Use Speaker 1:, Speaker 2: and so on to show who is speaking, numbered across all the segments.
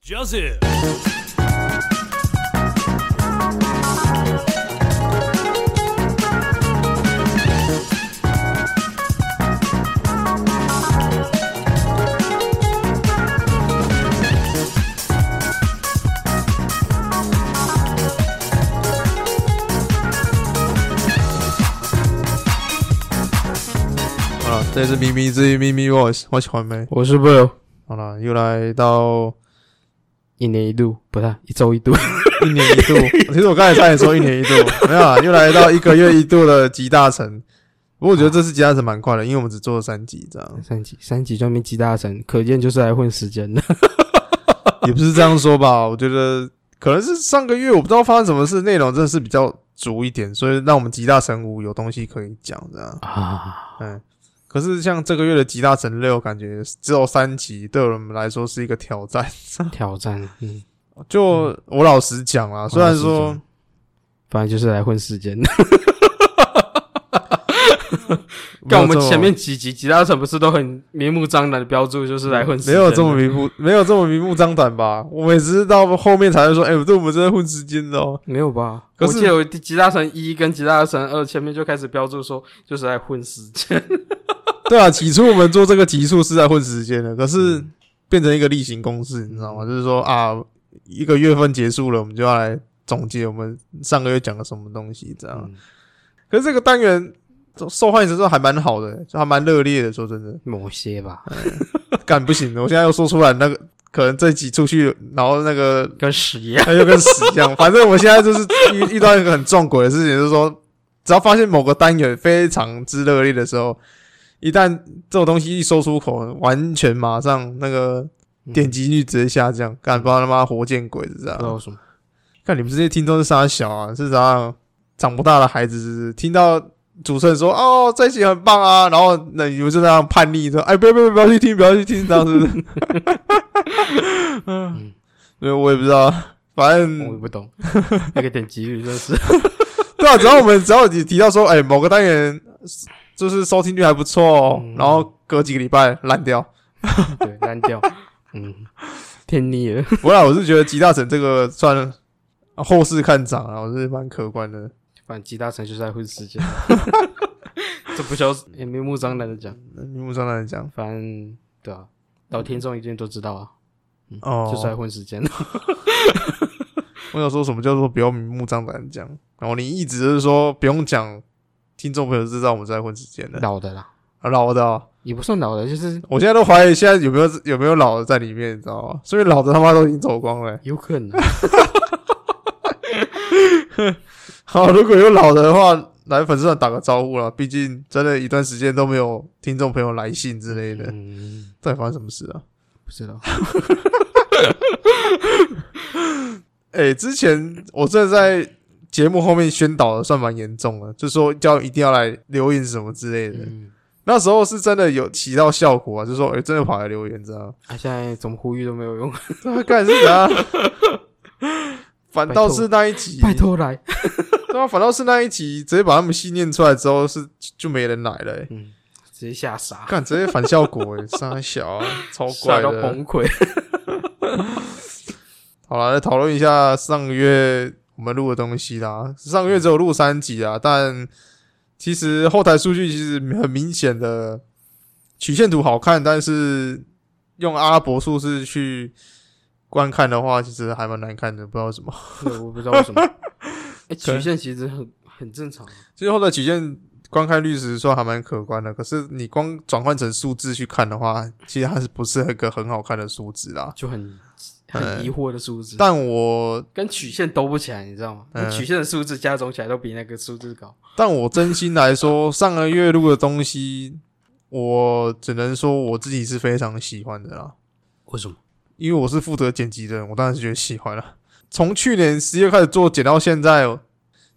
Speaker 1: Joseph。
Speaker 2: 好了，这是咪咪之音咪咪 voice，我喜欢没？
Speaker 3: 我是 Will，
Speaker 2: 好了，又来到
Speaker 3: 一年一度，不是啊一周一度，
Speaker 2: 一年 一度。其实我刚才差点说一年一度，没有啊啦，又来到一个月一度的集大成。不过我觉得这次集大成蛮快的，因为我们只做了三集，这 样
Speaker 3: 三级三级专门集大成，可见就是来混时间的。
Speaker 2: 也不是这样说吧？我觉得可能是上个月我不知道发生什么事，内容真的是比较足一点，所以让我们集大成五有东西可以讲，这样。
Speaker 3: 啊，
Speaker 2: 嗯，可是像这个月的集大成六，感觉只有三集，对我们来说是一个挑战。
Speaker 3: 挑战，嗯，
Speaker 2: 就我老实讲啦，虽然
Speaker 3: 老实
Speaker 2: 说
Speaker 3: 讲。反正就是来混时间 的。
Speaker 2: 没有这么
Speaker 3: 几集集大成不是都很明目张胆的标注，就是
Speaker 2: 没有这么明目，没有这么明目张胆吧？我每次到后面才会说，哎、我对我们真的混时间的哦。
Speaker 3: 没有吧？
Speaker 2: 可
Speaker 3: 我
Speaker 2: 是
Speaker 3: 记得我吉大神一跟吉大神二前面就开始标注说，就是来混时间。
Speaker 2: 对啊，起初我们做这个集数是在混时间的，可是变成一个例行公事，你知道吗？就是说啊，一个月份结束了，我们就要来总结我们上个月讲了什么东西，这样。
Speaker 3: 嗯
Speaker 2: 可是这个单元受欢迎程度还蛮好的、就还蛮热烈的。说真的，
Speaker 3: 某些吧，
Speaker 2: 干不行，我现在又说出来，那个可能这集出去，然后那个
Speaker 3: 跟屎一样。
Speaker 2: 他就跟屎一样。反正我现在就是遇遇到一个很撞鬼的事情，就是说，只要发现某个单元非常之热烈的时候，一旦这种东西一说出口，完全马上那个点击率直接下降，干不知道他妈活见鬼是这
Speaker 3: 不知道
Speaker 2: 样。
Speaker 3: 为什么，
Speaker 2: 看你们这些听众是傻小啊，是啥样长不大的孩子是不是听到。主持人说：“哦，这一集很棒啊！”然后那你们就那样叛逆说：“哎，不要不要不要去听，不要去听，这样是不是？”嗯，对，我也不知道，反正
Speaker 3: 我也不懂 那个点击率真 是。
Speaker 2: 对啊，只要我们只要你提到说，哎、某个单元就是收听率还不错哦，
Speaker 3: 嗯
Speaker 2: 然后隔几个礼拜烂掉。
Speaker 3: 对，烂掉，嗯，偏腻了。
Speaker 2: 不然我是觉得吉大成这个算后市看涨啊，我是蛮可观的。
Speaker 3: 反正集大成就是在混 时间，这不消
Speaker 2: 嗯
Speaker 3: 也明目张胆的讲。
Speaker 2: 明目张胆地讲
Speaker 3: 反正对啊，老听众一定都知道啊，
Speaker 2: 哦，
Speaker 3: 就是在混时间。
Speaker 2: 我想说什么叫做不要明目张胆地讲，然后你一直是说不用讲，听众朋友知道我们在混时间的
Speaker 3: 老的啦，
Speaker 2: 啊老的、哦，
Speaker 3: 也不算老的，就是
Speaker 2: 我现在都怀疑现在有没有有没有老的在里面，你知道吗？所以老的他妈都已经走光了、欸
Speaker 3: 有可能。
Speaker 2: 好，如果有老的话，来粉丝团打个招呼啦。毕竟真的一段时间都没有听众朋友来信之类的，
Speaker 3: 嗯，
Speaker 2: 到底发生什么事啊？
Speaker 3: 不知道。
Speaker 2: 哎、之前我真的在节目后面宣导的算蛮严重的，就说叫一定要来留言什么之类的。
Speaker 3: 嗯，
Speaker 2: 那时候是真的有起到效果啊，就说哎、真的跑来留言这样，
Speaker 3: 啊，现在怎么呼吁都没有 用，
Speaker 2: 这干是啥？反
Speaker 3: 拜
Speaker 2: 倒
Speaker 3: 托
Speaker 2: 是那一集，
Speaker 3: 拜托来。
Speaker 2: 对啊，反倒是那一集直接把他们信念出来之后是，就就没人来了、欸。
Speaker 3: 嗯，直接吓傻，
Speaker 2: 干直接反效果哎、欸，傻小、啊，超
Speaker 3: 吓
Speaker 2: 怪
Speaker 3: 到
Speaker 2: 的。
Speaker 3: 崩溃。
Speaker 2: 好了，来讨论一下上个月我们录的东西啦。上个月只有录三集啊，但其实后台数据其实很明显的曲线图好看，但是用阿拉伯数字去观看的话，其实还蛮难看的，不知道为什么。
Speaker 3: 对，我不知道为 什么。哎，
Speaker 2: 可
Speaker 3: 曲
Speaker 2: 能
Speaker 3: 线其实很很正常啊。
Speaker 2: 其实后台曲线观看率是算还蛮可观的，可是你光转换成数字去看的话，其实它是不是一个很好看的数字啦？
Speaker 3: 就很很疑惑的数字，
Speaker 2: 但我
Speaker 3: 跟曲线兜不起来，你知道吗？
Speaker 2: 嗯
Speaker 3: 那曲线的数字加总起来都比那个数字高。
Speaker 2: 但我真心来说，上个月录的东西，我只能说我自己是非常喜欢的啦，
Speaker 3: 为什么？
Speaker 2: 因为我是负责剪辑的人，我当然是觉得喜欢了。从去年十月开始做，剪到现在，哦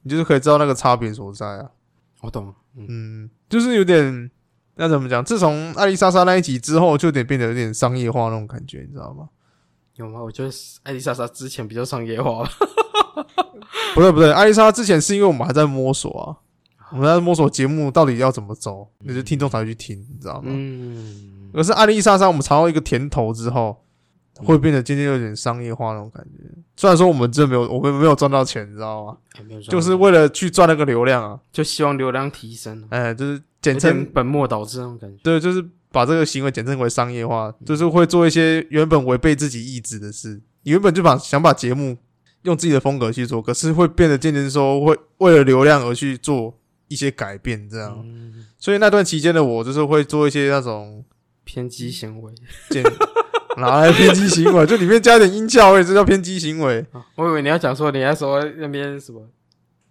Speaker 2: 你就是可以知道那个差别所在啊。
Speaker 3: 我懂，嗯，
Speaker 2: 嗯，就是有点，那怎么讲？自从艾丽莎莎那一集之后，就有点变得有点商业化那种感觉，你知道吗？
Speaker 3: 有吗？我觉得艾丽莎莎之前比较商业化，
Speaker 2: 不对不对，艾丽莎莎之前是因为我们还在摸索啊，我们在摸索节目到底要怎么走，那就听众才会去听，你知道吗？
Speaker 3: 嗯，
Speaker 2: 可是艾丽莎莎，我们尝到一个甜头之后，会变得渐渐有点商业化那种感觉。虽然说我们真的没有，我们没有赚到钱，你知道吗？
Speaker 3: 也哎没有赚
Speaker 2: 就是
Speaker 3: 到
Speaker 2: 为了去赚那个流量啊，
Speaker 3: 就希望流量提升，
Speaker 2: 哎，就是
Speaker 3: 有
Speaker 2: 简称
Speaker 3: 点本末倒置那种感觉。
Speaker 2: 对，就是把这个行为简称为商业化，
Speaker 3: 嗯
Speaker 2: 就是会做一些原本违背自己意志的事。你原本就把想把节目用自己的风格去做，可是会变得渐渐说会为了流量而去做一些改变，这样。
Speaker 3: 嗯，
Speaker 2: 所以那段期间的我，就是会做一些那种
Speaker 3: 偏激行为
Speaker 2: 简拿来偏激行为，就 里面加一点音效，也这叫偏激行为。
Speaker 3: 啊！我以为你要讲说你那时候那边什么，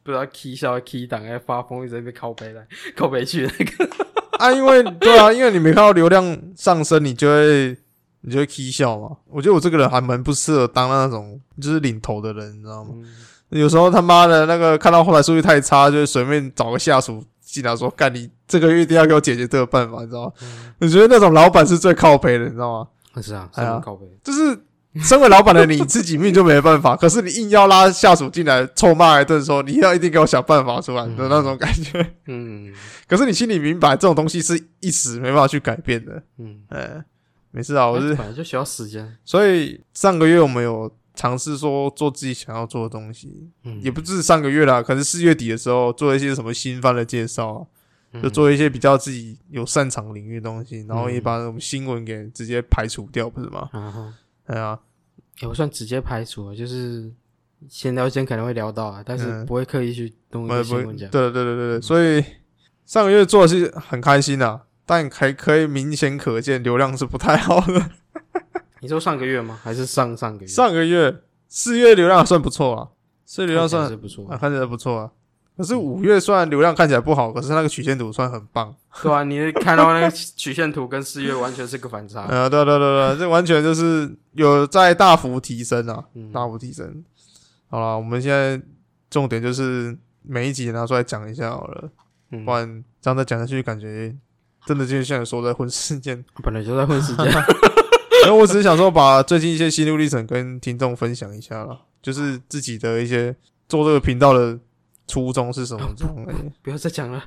Speaker 3: 不知道 key 笑 key 档在发疯，一直在那边靠背来 靠背去那个。
Speaker 2: 啊，因为对啊，因为你没看到流量上升，你就会你就会 k 笑嘛。我觉得我这个人还蛮不适合当那种就是领头的人，你知道吗？
Speaker 3: 嗯
Speaker 2: 有时候他妈的那个看到后台数据太差，就会随便找个下属进来说：“干你这个月一定要给我解决这个办法，你知道吗？”我觉得那种老板是最靠北的，你知道吗？
Speaker 3: 是啊， 是
Speaker 2: 哎呀
Speaker 3: 很靠背。
Speaker 2: 就是身为老板的你自己命就没办法，可是你硬要拉下属进来臭骂一顿，说你要一定给我想办法出来的那种感觉。
Speaker 3: 嗯
Speaker 2: 可是你心里明白，这种东西是一时没办法去改变的。
Speaker 3: 嗯，
Speaker 2: 哎，没事啊，我是
Speaker 3: 本来就需要时间。
Speaker 2: 所以上个月我们有尝试说做自己想要做的东西，
Speaker 3: 嗯，
Speaker 2: 也不是上个月啦，可能四月底的时候做一些什么新番的介绍啊、
Speaker 3: 嗯嗯
Speaker 2: 就做一些比较自己有擅长领域的东西，然后也把我们新闻给直接排除掉，不是吗？
Speaker 3: 然后。
Speaker 2: 对啊，
Speaker 3: 欸我算直接排除了，就是闲聊间可能会聊到啊，但是
Speaker 2: 嗯
Speaker 3: 不会刻意去弄一
Speaker 2: 不会
Speaker 3: 个
Speaker 2: 不
Speaker 3: 新
Speaker 2: 会，
Speaker 3: 闻
Speaker 2: 对
Speaker 3: 讲。
Speaker 2: 对对对对，所以上个月做的是很开心啊，但还可以明显可见流量是不太好的。
Speaker 3: 你说上个月吗？还是上上个月？
Speaker 2: 上个月四月流量算不错啊，四月流量
Speaker 3: 看起来
Speaker 2: 算
Speaker 3: 是不错
Speaker 2: 啊，，看起来不错啊。可是五月虽然流量看起来不好，可是那个曲线图算很棒。
Speaker 3: 对啊，你看到那个曲线图跟四月完全是个反 差。
Speaker 2: 呃，对对对对，这完全就是有在大幅提升啊，
Speaker 3: 嗯
Speaker 2: 大幅提升。好了，我们现在重点就是每一集拿出来讲一下好了，
Speaker 3: 嗯
Speaker 2: 不，然这样再讲下去，感觉真的就像你说的混世间。
Speaker 3: 本来就在混时 间。
Speaker 2: 因为我只是想说，把最近一些心路历程跟听众分享一下啦，就是自己的一些做这个频道的初衷是什么这样而已。
Speaker 3: 不要再讲了，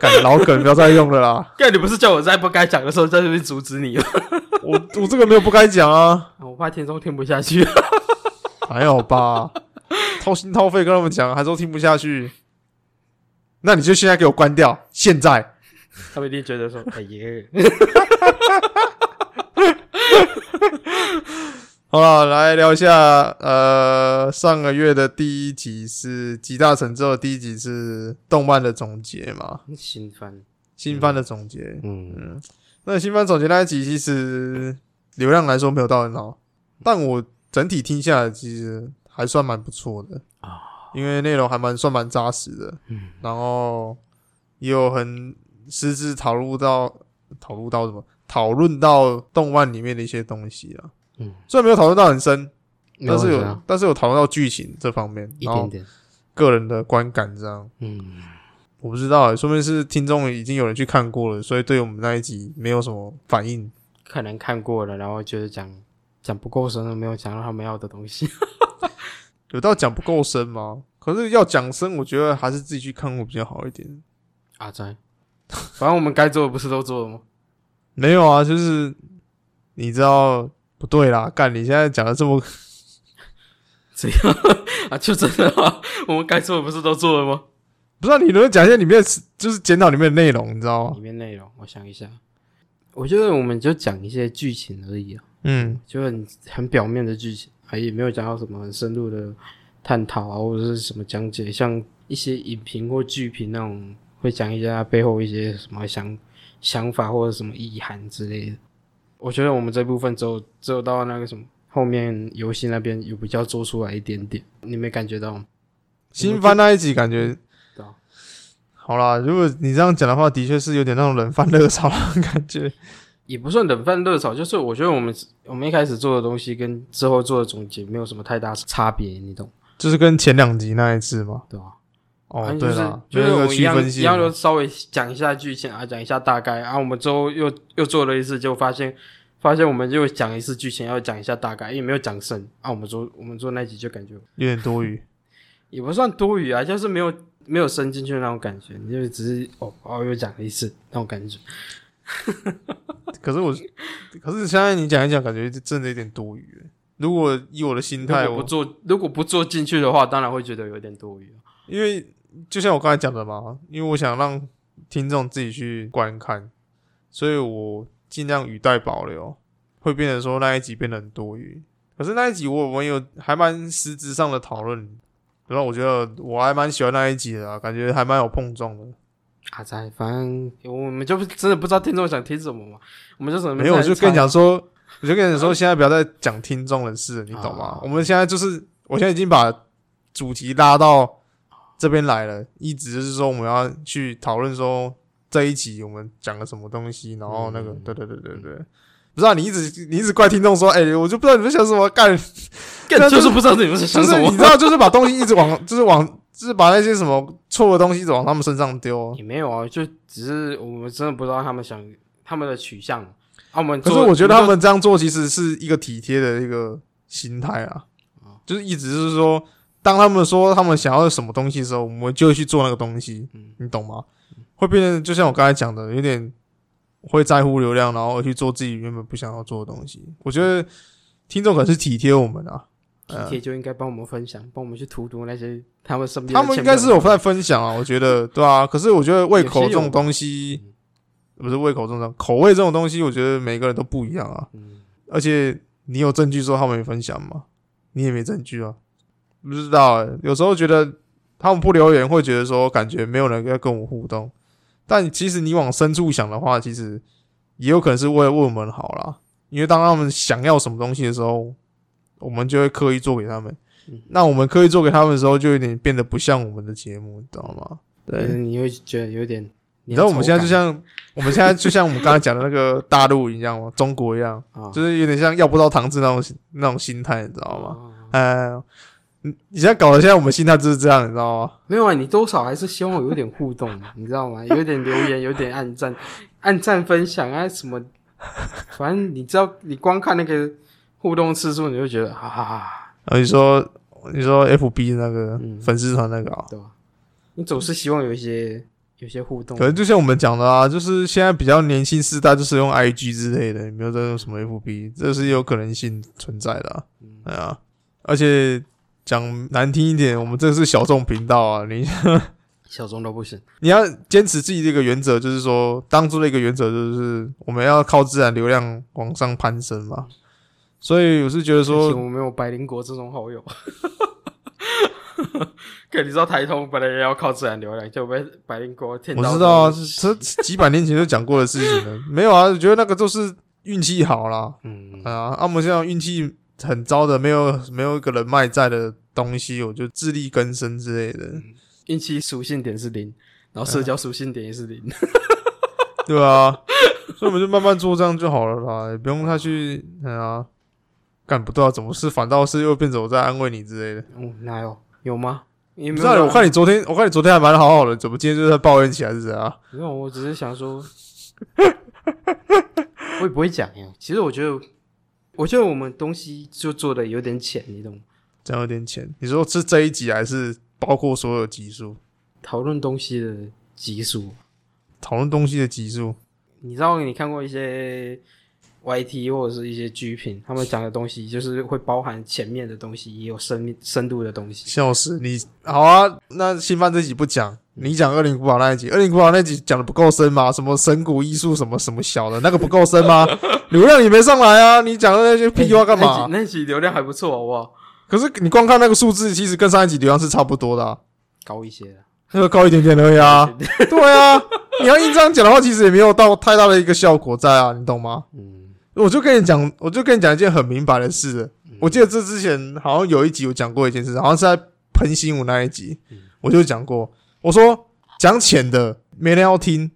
Speaker 2: 干老梗不要再用了啦。
Speaker 3: 干你不是叫我在不该讲的时候在这边阻止你吗？
Speaker 2: 我我这个没有不该讲啊，
Speaker 3: 我怕听众听不下 去。
Speaker 2: 还好吧，掏心掏肺跟他们讲，还说听不下去，那你就现在给我关掉，现在。
Speaker 3: 他们一定觉得说，哎耶，
Speaker 2: 好了，来聊一下，呃，上个月的第一集是《集大成》之后，第一集是动漫的总结嘛，
Speaker 3: 心烦。
Speaker 2: 新番的总结。
Speaker 3: 嗯
Speaker 2: 那新番总结那一集，其实流量来说没有到很好，但我整体听下来，其实还算蛮不错的啊，因为内容还蛮算蛮扎实的，
Speaker 3: 嗯，
Speaker 2: 然后也有很实质讨论到讨论到什么，讨论到动漫里面的一些东西啊，
Speaker 3: 嗯，
Speaker 2: 虽然没有讨论到很深，但是哦
Speaker 3: 没
Speaker 2: 有
Speaker 3: 问题啊
Speaker 2: 但是有讨论到剧情这方面，
Speaker 3: 一
Speaker 2: 然后
Speaker 3: 点点。
Speaker 2: 个人的观感这样，
Speaker 3: 嗯，
Speaker 2: 我不知道、欸，说明是听众已经有人去看过了，所以对我们那一集没有什么反应。
Speaker 3: 可能看过了，然后就是讲讲不够深的，没有讲到他们要的东西。
Speaker 2: 有到讲不够深吗？可是要讲深，我觉得还是自己去看会比较好一点。
Speaker 3: 阿 宅，反正我们该做的不是都做了吗？
Speaker 2: 没有啊，就是你知道不对啦，干你现在讲的这么，
Speaker 3: 啊，就真的啊， 我们该做的不是都做了吗？
Speaker 2: 不是、啊、你能不能讲一下里面的就是检讨里面的内容，你知道吗
Speaker 3: 里？面内容，我想一下，我觉得我们就讲一些剧情而已啊，
Speaker 2: 嗯
Speaker 3: 就很很表面的剧情，啊，也没有讲到什么很深入的探讨啊，或者是什么讲解，像一些影评或剧评那种，会讲一下它背后一些什么想想法或者什么意涵之类的。我觉得我们这部分只有只有到那个什么后面游戏那边有比较做出来一点点，你没感觉到吗？
Speaker 2: 新番那一集感觉
Speaker 3: 对啊
Speaker 2: 好啦，如果你这样讲的话，的确是有点那种冷饭热炒的感觉。
Speaker 3: 也不算冷饭热炒，就是我觉得我们我们一开始做的东西跟之后做的总结没有什么太大差别，你懂
Speaker 2: 就是跟前两集那一次嘛。
Speaker 3: 对吧？
Speaker 2: 哦，
Speaker 3: 反正
Speaker 2: 对
Speaker 3: 就是
Speaker 2: 啦，
Speaker 3: 啊就是
Speaker 2: 没
Speaker 3: 我
Speaker 2: 有一个
Speaker 3: 们一
Speaker 2: 区
Speaker 3: 样
Speaker 2: 分
Speaker 3: 一
Speaker 2: 性
Speaker 3: 样，就
Speaker 2: 嘛。
Speaker 3: 稍微讲一下剧情啊，讲一下大概啊，我们之后又又做了一次，就发现发现我们又讲一次剧情，要讲一下大概，也没有讲深啊。我们做我们做那集就感觉
Speaker 2: 有点多余。
Speaker 3: 也不算多余啊，就是没有没有深进去的那种感觉，你就只是哦哦又讲了一次那种感觉。
Speaker 2: 可是我，可是现在你讲一讲，感觉真的有点多余欸。如果以我的心
Speaker 3: 如
Speaker 2: 态，
Speaker 3: 果
Speaker 2: 我
Speaker 3: 不做，如果不做进去的话，当然会觉得有点多余啊。
Speaker 2: 因为就像我刚才讲的嘛，因为我想让听众自己去观看，所以我尽量语带保留，会变成说那一集变得很多余。可是那一集我我们有还蛮实质上的讨论，然后我觉得我还蛮喜欢那一集的啊、感觉还蛮有碰撞的。
Speaker 3: 阿仔，反正我们就真的不知道听众想听什么嘛，我们就什么
Speaker 2: 没有，我就跟你
Speaker 3: 讲，
Speaker 2: 讲说，我就跟你说，现在不要再讲听众人士了，你懂吗
Speaker 3: 嗯啊？
Speaker 2: 我们现在就是，我现在已经把主题拉到这边来了，一直就是说我们要去讨论说这一集我们讲了什么东西，然后那个，
Speaker 3: 嗯
Speaker 2: 对对对对对，不知道、你一直你一直怪听众说，哎、我就不知道你们想什么，干，
Speaker 3: 干就是不知道你们是
Speaker 2: 就
Speaker 3: 想什
Speaker 2: 是你
Speaker 3: 么
Speaker 2: 知。道，就是把东西一直往，就是往，就是把那些什么错的东西一直往他们身上丢。
Speaker 3: 也没有啊，就只是我们真的不知道他们想他们的取向。啊，我们
Speaker 2: 可
Speaker 3: 做
Speaker 2: 是我觉得
Speaker 3: 我
Speaker 2: 他
Speaker 3: 们
Speaker 2: 们这样做其实是一个体贴的一个心态啊
Speaker 3: 哦，
Speaker 2: 就是一直是说，当他们说他们想要什么东西的时候，我们就会去做那个东西，
Speaker 3: 嗯
Speaker 2: 你懂吗？会变成就像我刚才讲的，有点会在乎流量，然后去做自己原本不想要做的东西。我觉得听众可是体贴我们啊，
Speaker 3: 就体贴就应该帮我们分享，帮我们去荼毒那些他们身边的
Speaker 2: 他们应该是有在分享啊，我觉得对啊。可是我觉得胃口
Speaker 3: 有
Speaker 2: 这
Speaker 3: 些有
Speaker 2: 种东西，不是胃口这种东西口味这种东西，我觉得每个人都不一样啊。
Speaker 3: 嗯
Speaker 2: 而且你有证据说他们没分享吗？你也没证据啊，不知道、欸。有时候觉得他们不留言，会觉得说感觉没有人要跟我互动，但其实你往深处想的话，其实也有可能是为了为我们好啦。因为当他们想要什么东西的时候，我们就会刻意做给他们。
Speaker 3: 嗯
Speaker 2: 那我们刻意做给他们的时候，就有点变得不像我们的节目，你知道吗？
Speaker 3: 就，是嗯你会觉得有点。
Speaker 2: 你知道我们现在就像 我们现在就像我们刚才讲的那个大陆一样吗？中国一样，
Speaker 3: 啊，
Speaker 2: 就是有点像要不到糖吃那种那种心态，你知道吗？
Speaker 3: 吗？
Speaker 2: 呃，你你现在搞得现在我们心态就是这样，你知道吗？
Speaker 3: 没有啊，你多少还是希望有点互动嘛，你知道 吗？有点留言，有点暗赞，暗赞分享啊什么，反正你知道，你光看那个互动次数，你就觉得啊，
Speaker 2: 然后你说你说 F B 那个
Speaker 3: 嗯
Speaker 2: 粉丝团那个、啊，
Speaker 3: 对吧？你总是希望有一些有些互动
Speaker 2: 可，能就像我们讲的啊，就是现在比较年轻世代就是用 I G 之类的，也没有在用什么 F B，这是有可能性存在的、啊，
Speaker 3: 嗯
Speaker 2: 对啊。而且讲难听一点，我们这是小众频道啊，你
Speaker 3: 小众都不行。
Speaker 2: 你要坚持自己的一个原则，就是说，当初的一个原则就是我们要靠自然流量往上攀升嘛。所以我是觉得
Speaker 3: 可惜
Speaker 2: 说，
Speaker 3: 我没有白灵国这种好友。 可你知道台通本来也要靠自然流量，就被白灵国听到。
Speaker 2: 我知道啊，这这几百年前就讲过的事情了。没有啊，我觉得那个都是运气好啦。
Speaker 3: 嗯，
Speaker 2: 啊，按摩现在运气很糟的，没有没有一个人脉在的东西，我就自力更生之类的，
Speaker 3: 运气属性点是零，然后社交属性点也是零。
Speaker 2: 对啊。所以我们就慢慢做这样就好了啦，也不用太去，哎啊，干不对啊，怎么是反倒是又变成我在安慰你之类的。
Speaker 3: 嗯，哪有有吗？你啊
Speaker 2: 不
Speaker 3: 没
Speaker 2: 知道，
Speaker 3: 有
Speaker 2: 我看你昨天，我看你昨天还蛮好好的，怎么今天就在抱怨起来是怎样？啊
Speaker 3: 没有，我只是想说， 我也不会讲呀。其实我觉得，我觉得我们东西就做的有点浅，你懂吗？
Speaker 2: 这样有点浅。你说是这一集还是包括所有集数
Speaker 3: 讨论东西的集数，
Speaker 2: 讨论东西的集数？
Speaker 3: 你知道你看过一些 YT 或者是一些剧评，他们讲的东西就是会包含前面的东西，也有深面深度的东西。
Speaker 2: 笑死你！好啊，那新番这集不讲，你讲《二零古堡》那一集，《二零古堡》那集讲的不够深吗？什么神谷艺术什么什么小的那个不够深吗？流量也没上来啊！你讲的那些屁话干
Speaker 3: 那
Speaker 2: 嘛？
Speaker 3: 集那集流量还不错，啊好不好？
Speaker 2: 可是你光看那个数字，其实跟上一集流量是差不多的、啊，
Speaker 3: 高一些了。
Speaker 2: 那个高一点点而已啊。对啊，你要硬这样讲的话，其实也没有到太大的一个效果在啊，你懂吗？
Speaker 3: 嗯，
Speaker 2: 我就跟你讲，我就跟你讲一件很明白的事了。我记得这之前好像有一集有讲过一件事，好像是在喷新闻那一集
Speaker 3: 嗯，
Speaker 2: 我就讲过，我说讲浅的没人要听，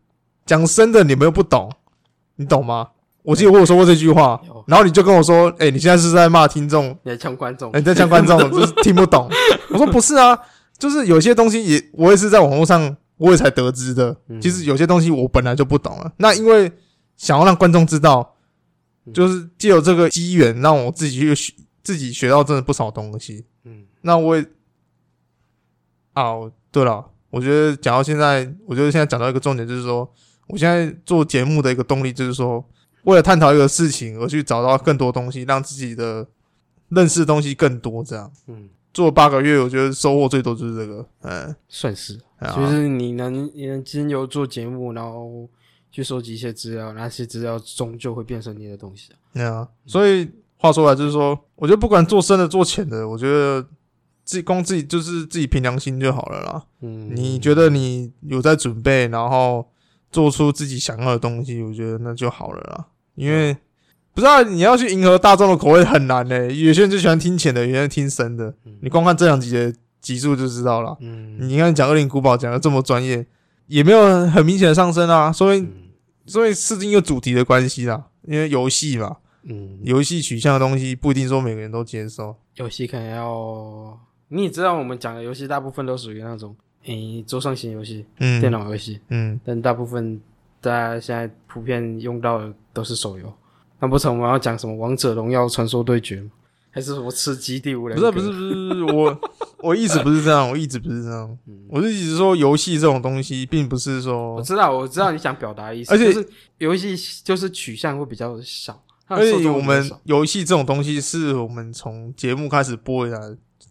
Speaker 2: 讲深的你们又不懂，你懂吗？我记得我有说过这句话
Speaker 3: 有，
Speaker 2: 然后你就跟我说，哎、你现在是在骂听众，哎
Speaker 3: 你还呛观众
Speaker 2: 人家像观 众就是听不懂。我说不是啊，就是有些东西也我也是在网络上我也才得知的。
Speaker 3: 嗯
Speaker 2: 其实有些东西我本来就不懂了。那因为想要让观众知道，
Speaker 3: 嗯
Speaker 2: 就是借由这个机缘，让我自己去学自己学到真的不少东西。
Speaker 3: 嗯，
Speaker 2: 那我也啊，我对了，我觉得讲到现在，我觉得现在讲到一个重点，就是说我现在做节目的一个动力就是说，为了探讨一个事情而去找到更多东西，让自己的认识的东西更多。这样
Speaker 3: 嗯，
Speaker 2: 做八个月，我觉得收获最多就是这个。嗯，
Speaker 3: 算是，
Speaker 2: 哎呀
Speaker 3: 就是你能你能经由做节目，然后去收集一些资料，那些资料终究会变成你的东西啊。
Speaker 2: 对啊，所以话说回来，啊就是说，我觉得不管做深的做浅的，我觉得自己光自己就是自己凭良心就好了啦。
Speaker 3: 嗯，
Speaker 2: 你觉得你有在准备，然后做出自己想要的东西，我觉得那就好了啦。因为
Speaker 3: 啊
Speaker 2: 不知道、你要去迎合大众的口味很难嘞、有些人就喜欢听浅的，有些人听深的。
Speaker 3: 嗯
Speaker 2: 你光看这两集的集数就知道了。
Speaker 3: 嗯
Speaker 2: 你看讲《恶灵古堡》讲的这么专业，也没有很明显的上升啊，说明
Speaker 3: 嗯
Speaker 2: 说明是因为主题的关系啦，因为游戏嘛，
Speaker 3: 嗯，
Speaker 2: 游戏取向的东西不一定说每个人都接受。
Speaker 3: 游戏可能要，你也知道我们讲的游戏大部分都属于那种诶桌上型游戏、
Speaker 2: 嗯，
Speaker 3: 电，脑游戏，
Speaker 2: 嗯，
Speaker 3: 但大部分大家现在普遍用到的都是手游。那不成，我们要讲什么《王者荣耀传说对决》吗？还是什么《吃鸡》第五人
Speaker 2: 不是
Speaker 3: 格？
Speaker 2: 不是不是，我 我一直不是这 样，我一直不是这样。
Speaker 3: 嗯，
Speaker 2: 我是一直说游戏这种东西，并不是
Speaker 3: 我
Speaker 2: 说，
Speaker 3: 知道，我知道你想表达的意思，
Speaker 2: 而且
Speaker 3: 就是游戏就是取向会比较小，它
Speaker 2: 而
Speaker 3: 的受
Speaker 2: 且
Speaker 3: 众
Speaker 2: 我
Speaker 3: 比较
Speaker 2: 们
Speaker 3: 少
Speaker 2: 游戏这种东西是我们从节目开始播以来，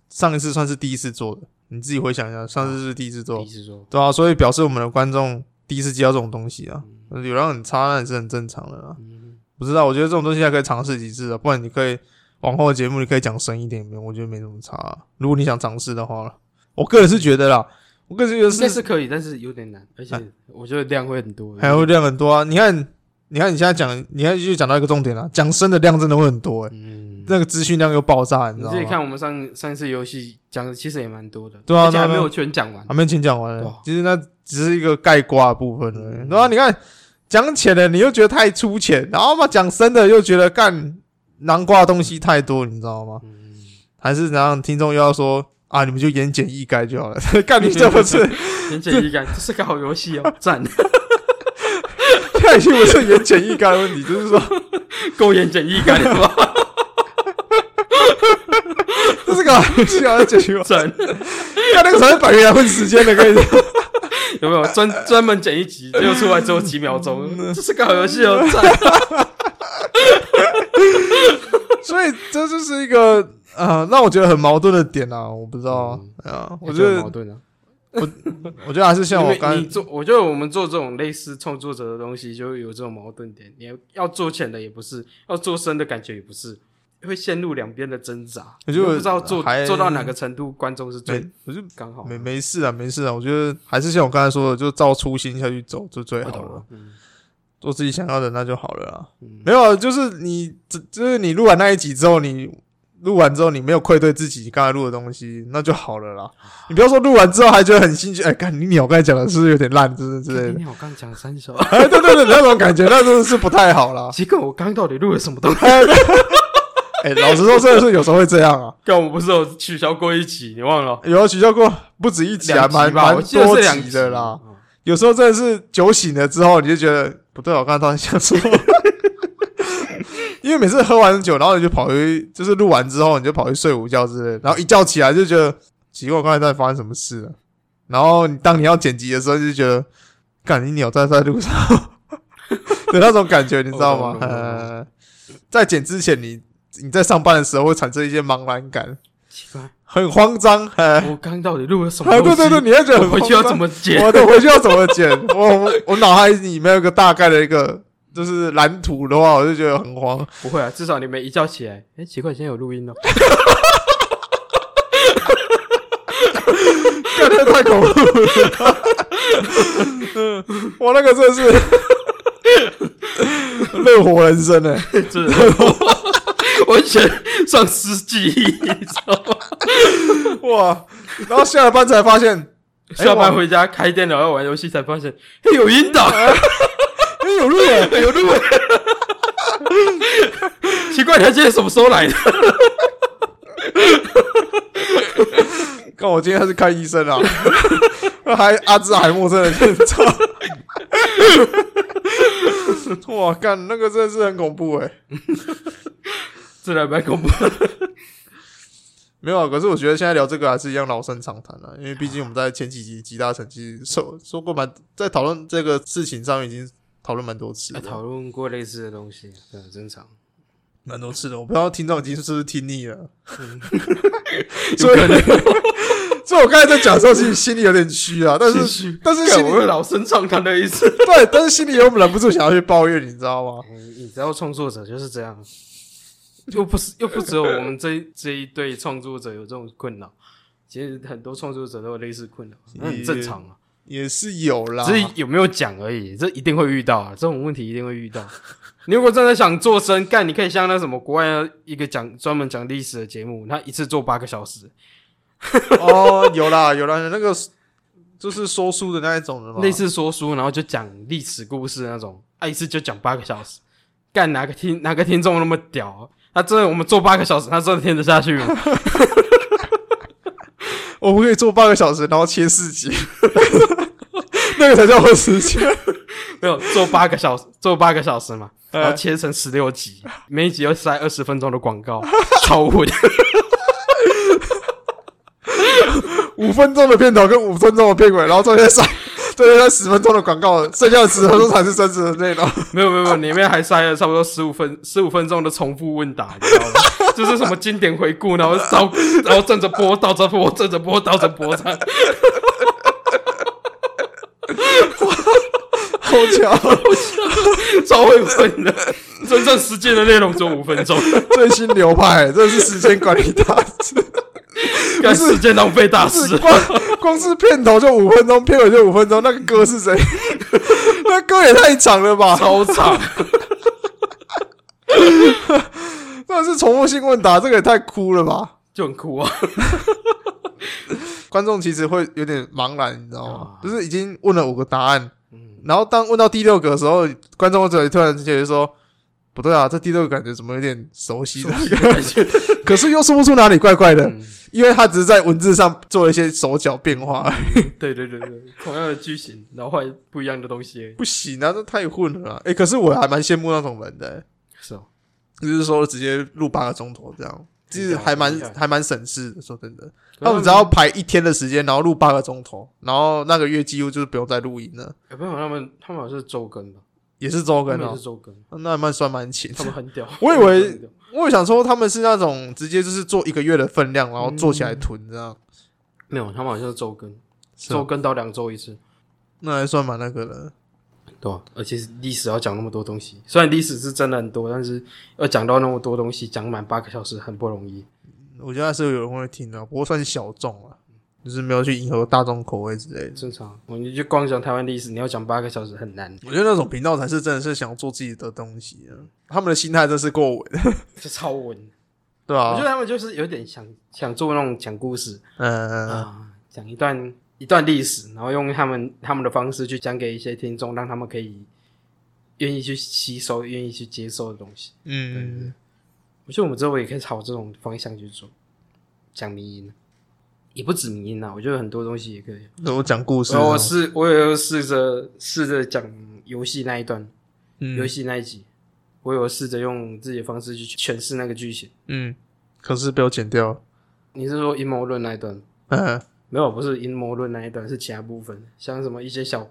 Speaker 2: 上一次算是第一次做的。你自己回想一下，
Speaker 3: 啊
Speaker 2: 上次是第一次做
Speaker 3: 意，思说，
Speaker 2: 对啊，所以表示我们的观众第一次接到这种东西啊，流量很差那也是很正常的啊啦。
Speaker 3: 嗯，
Speaker 2: 不知道，我觉得这种东西还可以尝试几次啊，不然你可以往后的节目你可以讲深一点，我觉得没什么差啊、如果你想尝试的话啦，我个人是觉得啦，我个人是
Speaker 3: 应
Speaker 2: 觉
Speaker 3: 该
Speaker 2: 得
Speaker 3: 是可以，但是有点难，而且我觉得量会很多，
Speaker 2: 还会量很多啊！你看，你看你现在讲，你看就讲到一个重点了、啊讲深的量真的会很多、欸，
Speaker 3: 嗯，
Speaker 2: 那个资讯量又爆炸，你
Speaker 3: 你
Speaker 2: 知道
Speaker 3: 自己
Speaker 2: 吗？
Speaker 3: 看我们上上一次游戏讲的其实也蛮多的，
Speaker 2: 对啊
Speaker 3: 而且还
Speaker 2: 对啊
Speaker 3: 没有全讲完
Speaker 2: 还，没请讲完
Speaker 3: 对
Speaker 2: 呢
Speaker 3: 啊，
Speaker 2: 其实那只是一个盖瓜的部分而
Speaker 3: 嗯
Speaker 2: 已。然啊后你看讲浅的，你又觉得太粗浅，然后嘛讲深的又觉得干南瓜的东西太多，你知道吗？
Speaker 3: 嗯，
Speaker 2: 还是然后听众又要说啊，你们就言简意赅就好了， 干你这不 是
Speaker 3: 言简意赅，这是个好游戏哦，赞，
Speaker 2: 这已经不是言简意赅的问题，就是说
Speaker 3: 够言简意赅了吧，
Speaker 2: 这是个好笑的结局，
Speaker 3: 赞，
Speaker 2: 干那个才是百元来混时间的，跟你讲。
Speaker 3: 有没有专专门剪一集，结果出来只有几 秒钟，这是个好游戏哦，赞，
Speaker 2: 所以这就是一个呃，让我觉得很矛盾的点啊，我不知道啊，
Speaker 3: 嗯
Speaker 2: 啊，我觉
Speaker 3: 就很矛
Speaker 2: 得，
Speaker 3: 盾啊，
Speaker 2: 我觉得还是像
Speaker 3: 因
Speaker 2: 我
Speaker 3: 为
Speaker 2: 刚
Speaker 3: 你做，我觉得我们做这种类似创作者的东西，就有这种矛盾点，你要做浅的也不是，要做深的感觉也不是。会陷入两边的挣扎，
Speaker 2: 我觉得
Speaker 3: 不知道做
Speaker 2: 还
Speaker 3: 做到哪个程度，观众是最
Speaker 2: 没，我就
Speaker 3: 刚好的。
Speaker 2: 没没事啊，没事啊，我觉得还是像我刚才说的，就照初心下去走就最
Speaker 3: 我
Speaker 2: 好
Speaker 3: 懂
Speaker 2: 了，
Speaker 3: 嗯
Speaker 2: 做自己想要的那就好了啊。
Speaker 3: 嗯
Speaker 2: 没有啊，就是你，这就是你录完那一集之后，你录完之后你没有愧对自己刚才录的东西，那就好了 啦。你不要说录完之后还觉得很兴趣，哎，看你鸟刚才讲的是不是有点烂，之类之类
Speaker 3: 今
Speaker 2: 的。
Speaker 3: 天我刚讲三首，啊
Speaker 2: 哎，对对对，那种感觉那真的是不太好 啦。
Speaker 3: 结果我刚到底录了什么东 西？
Speaker 2: 哎、老实说，真的是有时候会这样啊。
Speaker 3: 刚我们不是有取消过一集，你忘了？
Speaker 2: 有啊取消过不止一集啊，
Speaker 3: 两集
Speaker 2: 蛮
Speaker 3: 吧，
Speaker 2: 蛮
Speaker 3: 我记得
Speaker 2: 多
Speaker 3: 是两
Speaker 2: 集
Speaker 3: 集哦
Speaker 2: 的啦。。有时候真的是酒醒了之后，你就觉得不对，我刚才到底想什么？ 因为每次喝完酒，然后你就跑去，就是录完之后你就跑去睡午觉之类的，然后一觉起来就觉得奇怪，我刚才到底发生什么事了？然后你当你要剪辑的时候，就觉得干你鸟站在路上 的那种感觉，你知道
Speaker 3: 哦
Speaker 2: 吗
Speaker 3: 我懂？我懂
Speaker 2: 呃，在剪之前你，你 在上班的时候会产生一些茫然感，
Speaker 3: 奇怪，
Speaker 2: 很慌张， 呃，
Speaker 3: 我刚到底录了什么
Speaker 2: 啊，对
Speaker 3: 东西？
Speaker 2: 对对，你会觉得很
Speaker 3: 我回去要怎
Speaker 2: 么
Speaker 3: 么 剪？
Speaker 2: 我的回去要怎么剪？ 我我我脑海里面有个大概的一个就是蓝图的话，我就觉得很慌。
Speaker 3: 不会啊，至少你们一觉起来，哎，奇怪，现在有录音哦。
Speaker 2: 干这太恐怖了！ 嗯，我那个真的是 热火人生欸呢、
Speaker 3: 这完全丧失记忆，你知道吗？
Speaker 2: 哇！然后下了班才发现，哎
Speaker 3: 下班
Speaker 2: 我
Speaker 3: 回家开电脑要玩游戏，才发现，嘿，有音 档，
Speaker 2: 哎、有热耶、
Speaker 3: 有录。奇怪，你还记得什么时候来的？
Speaker 2: 看我今天还是看医生啊， 还阿兹海默症的症状。 哇，干那个真的欸是很恐怖哎、
Speaker 3: 这两蛮恐怖的。
Speaker 2: 没有啊，可是我觉得现在聊这个还是一样老生常谈了、啊因为毕竟我们在前几集集大成其实说说过蛮，在讨论这个事情上面已经讨论蛮多次
Speaker 3: 啊
Speaker 2: 了，
Speaker 3: 讨论过类似的东西，对，很正常。
Speaker 2: 蛮多次的。呃我不知道听众已经是不是听腻了，
Speaker 3: 有可能
Speaker 2: 所以我刚才在讲的时候，其实心里有点虚啊，但 是
Speaker 3: 是，
Speaker 2: 但是
Speaker 3: 干
Speaker 2: 心里
Speaker 3: 我又老生常谈的意思。
Speaker 2: 对，但是心里又忍不住想要去抱怨，你知道吗？
Speaker 3: 嗯你知道创作者就是这样，又不 是又不只有我们这一这一对创作者有这种困扰，其实很多创作者都有类似困扰，那很正常啊，
Speaker 2: 也是有啦，
Speaker 3: 只是有没有讲而已，这一定会遇到啊，这种问题一定会遇到。你如果真的想做深干，你可以像那什么国外的一个讲专门讲历史的节目，他一次做八个小时，
Speaker 2: 哦，有啦有啦，那个就是说书的那一种的嘛，
Speaker 3: 类似说书，然后就讲历史故事那种，啊，一次就讲八个小时，干哪个听哪个听众那么屌啊、他真的我们做八个小时，他真的听得下去吗？
Speaker 2: 我们可以做半个小时，然后切四集， 那个才叫有时间。
Speaker 3: 没有做八个小时，做八个小时嘛，
Speaker 2: 哎
Speaker 3: 然后切成十六集，每一集要塞二十分钟的广告，超混。
Speaker 2: 五分钟的片头跟五分钟的片尾，然后中间塞， 中间塞十分钟的广告，剩下的十分钟才是真实的内容。
Speaker 3: 没有没有没有，里面还塞了差不多十五分十五分钟的重复问答，你知道吗？ 就是什么经典回顾，然后倒， 然后正着播，倒着播，正着播，倒着播，这样
Speaker 2: 好巧，
Speaker 3: 超会混的。真正实践的内容只有五分 钟，
Speaker 2: 最新流派，这是时间管理大 师。
Speaker 3: 干时间浪费大
Speaker 2: 是
Speaker 3: 师。
Speaker 2: 光光是片头就五分钟，片尾就五分钟，那个歌是谁？ 那歌也太长了吧！
Speaker 3: 超长，
Speaker 2: 那是重复性问答，这个也太哭了吧！
Speaker 3: 就很酷啊！
Speaker 2: 观众其实会有点茫然，你知道吗
Speaker 3: 啊？
Speaker 2: 就是已经问了五个答案，
Speaker 3: 嗯
Speaker 2: 然后当问到第六个的时候，观众这里突然之间就说：“不对啊，这第六个感觉怎么有点熟悉的？
Speaker 3: 感觉
Speaker 2: 可是又说不出哪里怪怪的，
Speaker 3: 嗯
Speaker 2: 因为他只是在文字上做了一些手脚变化 而已。
Speaker 3: 对对对对，同样的剧情，然后换不一样的东西而已，
Speaker 2: 不行啊，这太混了啊！哎、可是我还蛮羡慕那种人的、
Speaker 3: 是哦。
Speaker 2: 就是说直接录八个钟头这样，其实还蛮
Speaker 3: 厉害
Speaker 2: 还蛮省事的。说真的，
Speaker 3: 可
Speaker 2: 他
Speaker 3: 是
Speaker 2: 们只要排一天的时间，然后录八个钟头，然后那个月几乎就是不用再录音了，
Speaker 3: 有没有哎他们他们好像是周更吧？
Speaker 2: 也是周
Speaker 3: 他
Speaker 2: 更
Speaker 3: 们也
Speaker 2: 哦
Speaker 3: 是、周更，
Speaker 2: 那还蛮算蛮勤。
Speaker 3: 他们很屌。
Speaker 2: 我以
Speaker 3: 他们
Speaker 2: 为
Speaker 3: 很屌
Speaker 2: 我也想说他们是那种直接就是做一个月的分量，然后
Speaker 3: 嗯
Speaker 2: 做起来囤这样，
Speaker 3: 没有，他们好像是周更，
Speaker 2: 是啊
Speaker 3: 周更到两周一次。
Speaker 2: 那还算蛮那个的。
Speaker 3: 对、啊，而且历史要讲那么多东西，虽然历史是真的很多，但是要讲到那么多东西，讲满八个小时很不容易。
Speaker 2: 我觉得还是有人会听的，不过算小众了，就是没有去迎合大众口味之类的。
Speaker 3: 正常，我你就光讲台湾历史，你要讲八个小时很难，
Speaker 2: 我觉得那种频道才是真的是想做自己的东西啊，他们的心态真是够稳，
Speaker 3: 这超稳。
Speaker 2: 对吧、
Speaker 3: 我觉得他们就是有点想想做那种讲故事
Speaker 2: 嗯、
Speaker 3: 啊，讲一段一段历史，然后用他们他们的方式去讲给一些听众，让他们可以愿意去吸收、愿意去接受的东西。
Speaker 2: 嗯，
Speaker 3: 我觉得我们之后也可以朝这种方向去做，讲迷音，也不止迷音啊，我觉得很多东西也可以。
Speaker 2: 那我讲故事
Speaker 3: 然后
Speaker 2: 哦，
Speaker 3: 我试，我有试着试着讲游戏那一段，游
Speaker 2: 嗯
Speaker 3: 戏那一集，我有试着用自己的方式去诠释那个剧情。
Speaker 2: 嗯，可是被我剪掉了。
Speaker 3: 你是说阴谋论那一段？
Speaker 2: 嗯，
Speaker 3: 没有，不是阴谋论那一段，是其他部分，像什么一些小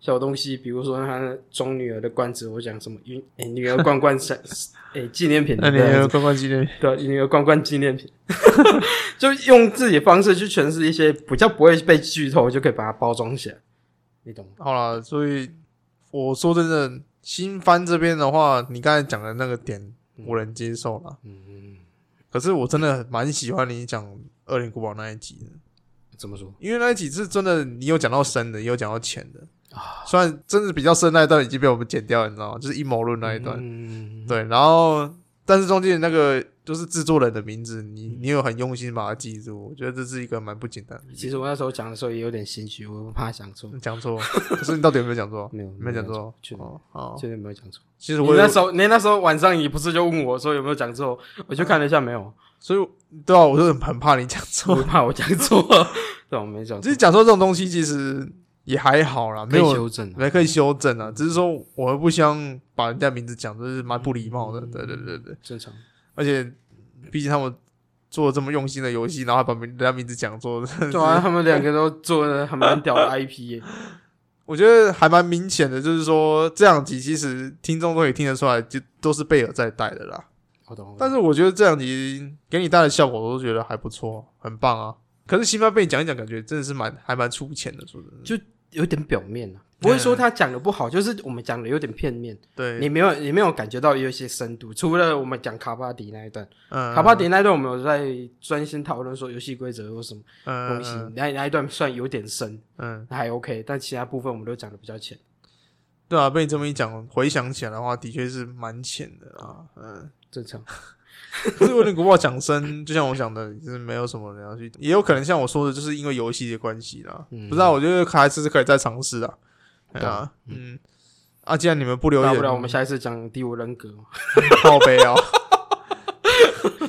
Speaker 3: 小东西，比如说他装女儿的罐子，我讲什么女、诶女儿罐罐像诶纪念品，
Speaker 2: 那你
Speaker 3: 这样
Speaker 2: 有
Speaker 3: 子
Speaker 2: 关关纪念？
Speaker 3: 对啊女儿罐罐纪念品， 就用自己的方式去诠释一些比较不会被剧透，就可以把它包装起来，你懂吗？
Speaker 2: 好啦，所以我说真的，新番这边的话，你刚才讲的那个点，我能接受啦。
Speaker 3: 嗯，
Speaker 2: 可是我真的蛮喜欢你讲《恶灵古堡》那一集的，
Speaker 3: 怎么说？
Speaker 2: 因为那一集是真的，你有讲到深的，也有讲到浅的
Speaker 3: 啊。
Speaker 2: 虽然真的比较深那一段已经被我们剪掉了，你知道吗？就是阴谋论那一段。
Speaker 3: 嗯，
Speaker 2: 对，然后但是中间那个就是制作人的名字，你
Speaker 3: 嗯
Speaker 2: 你有很用心把它记住，我觉得这是一个蛮不简单的。
Speaker 3: 其实我那时候讲的时候也有点心虚，我怕讲错，
Speaker 2: 你讲 错，可是你到底有没有讲错？
Speaker 3: 没有
Speaker 2: 没有讲，错
Speaker 3: 嗯确。实
Speaker 2: 哦，好，
Speaker 3: 绝对没有讲错。
Speaker 2: 其实
Speaker 3: 你
Speaker 2: 我
Speaker 3: 那
Speaker 2: 也，
Speaker 3: 时候，你那时候晚上你不是就问我说有没有讲错？我就看了一下，没有。
Speaker 2: 所以对啊，我就很很怕你讲错。
Speaker 3: 我怕我讲错 了，对，我啊没讲
Speaker 2: 其
Speaker 3: 错
Speaker 2: 实，讲错这种东西，其实也还好啦，
Speaker 3: 可
Speaker 2: 没
Speaker 3: 以
Speaker 2: 有
Speaker 3: 修正啊。
Speaker 2: 没可以修正啊，只是说我们不想把
Speaker 3: 嗯
Speaker 2: 人家名字讲，就是蛮不礼貌的。对对对对，
Speaker 3: 正常。
Speaker 2: 而且毕竟他们做这么用心的游戏，然后还把名人家名字讲错，
Speaker 3: 对啊，他们两个都做的还蛮屌的 IP 耶、
Speaker 2: 我觉得还蛮明显的，就是说这两集其实听众都可以听得出来，就都是贝尔在带的啦。
Speaker 3: 我懂，我懂
Speaker 2: 但是我觉得这两集给你带的效果，我都觉得还不错，很棒啊。可是新番被你讲一讲，感觉真的是蛮还蛮粗浅的，说真的。
Speaker 3: 有点表面啊。不会说他讲的不好，就是我们讲的有点片面，
Speaker 2: 对，
Speaker 3: 你没有你没有感觉到有一些深度。除了我们讲卡巴迪那一段，
Speaker 2: 嗯，
Speaker 3: 卡巴迪那一段我们有在专心讨论说游戏规则或什么
Speaker 2: 嗯
Speaker 3: 东西，那那一段算有点深，
Speaker 2: 嗯，
Speaker 3: 还 OK，但其他部分我们都讲的比较浅。
Speaker 2: 对啊，被你这么一讲，回想起来的话，的确是蛮浅的啊。嗯，
Speaker 3: 正常，
Speaker 2: 所以我有点古堡讲深，就像我讲的，就是没有什么人要去，也有可能像我说的，就是因为游戏的关系啦。
Speaker 3: 嗯
Speaker 2: 不知道，我觉得还是可以再尝试的。对啊，嗯，啊，既然你们不留
Speaker 3: 大
Speaker 2: 言，
Speaker 3: 不了我们下一次讲第五人格嘛。
Speaker 2: 靠背
Speaker 3: 啊
Speaker 2: 哦。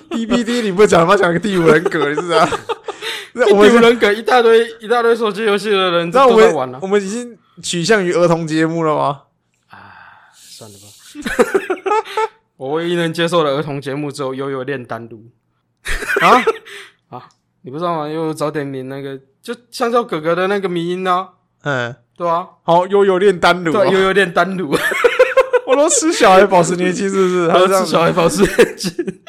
Speaker 2: DPD 你不讲，他妈讲个第五人格，你是啥？ 那
Speaker 3: 第
Speaker 2: 我
Speaker 3: 五
Speaker 2: 们是
Speaker 3: 人格一大堆一大堆手机游戏的人
Speaker 2: 你知道我
Speaker 3: 都在玩啊了
Speaker 2: 们我们已经取向于儿童节目了吗？
Speaker 3: 啊，算了吧。 我唯一能接受的儿童节目只有悠悠练单独。
Speaker 2: 啊，
Speaker 3: 你不知道吗？又早点领那个，就香蕉哥哥的那个迷音呢、
Speaker 2: 嗯，
Speaker 3: 对啊，
Speaker 2: 好，悠悠练单独、
Speaker 3: 对，悠
Speaker 2: 哦，
Speaker 3: 悠练单独，
Speaker 2: 我都吃小孩保持年轻，是不是？他
Speaker 3: 然后
Speaker 2: 是这样
Speaker 3: 是
Speaker 2: 子啊
Speaker 3: 小，孩保持年纪，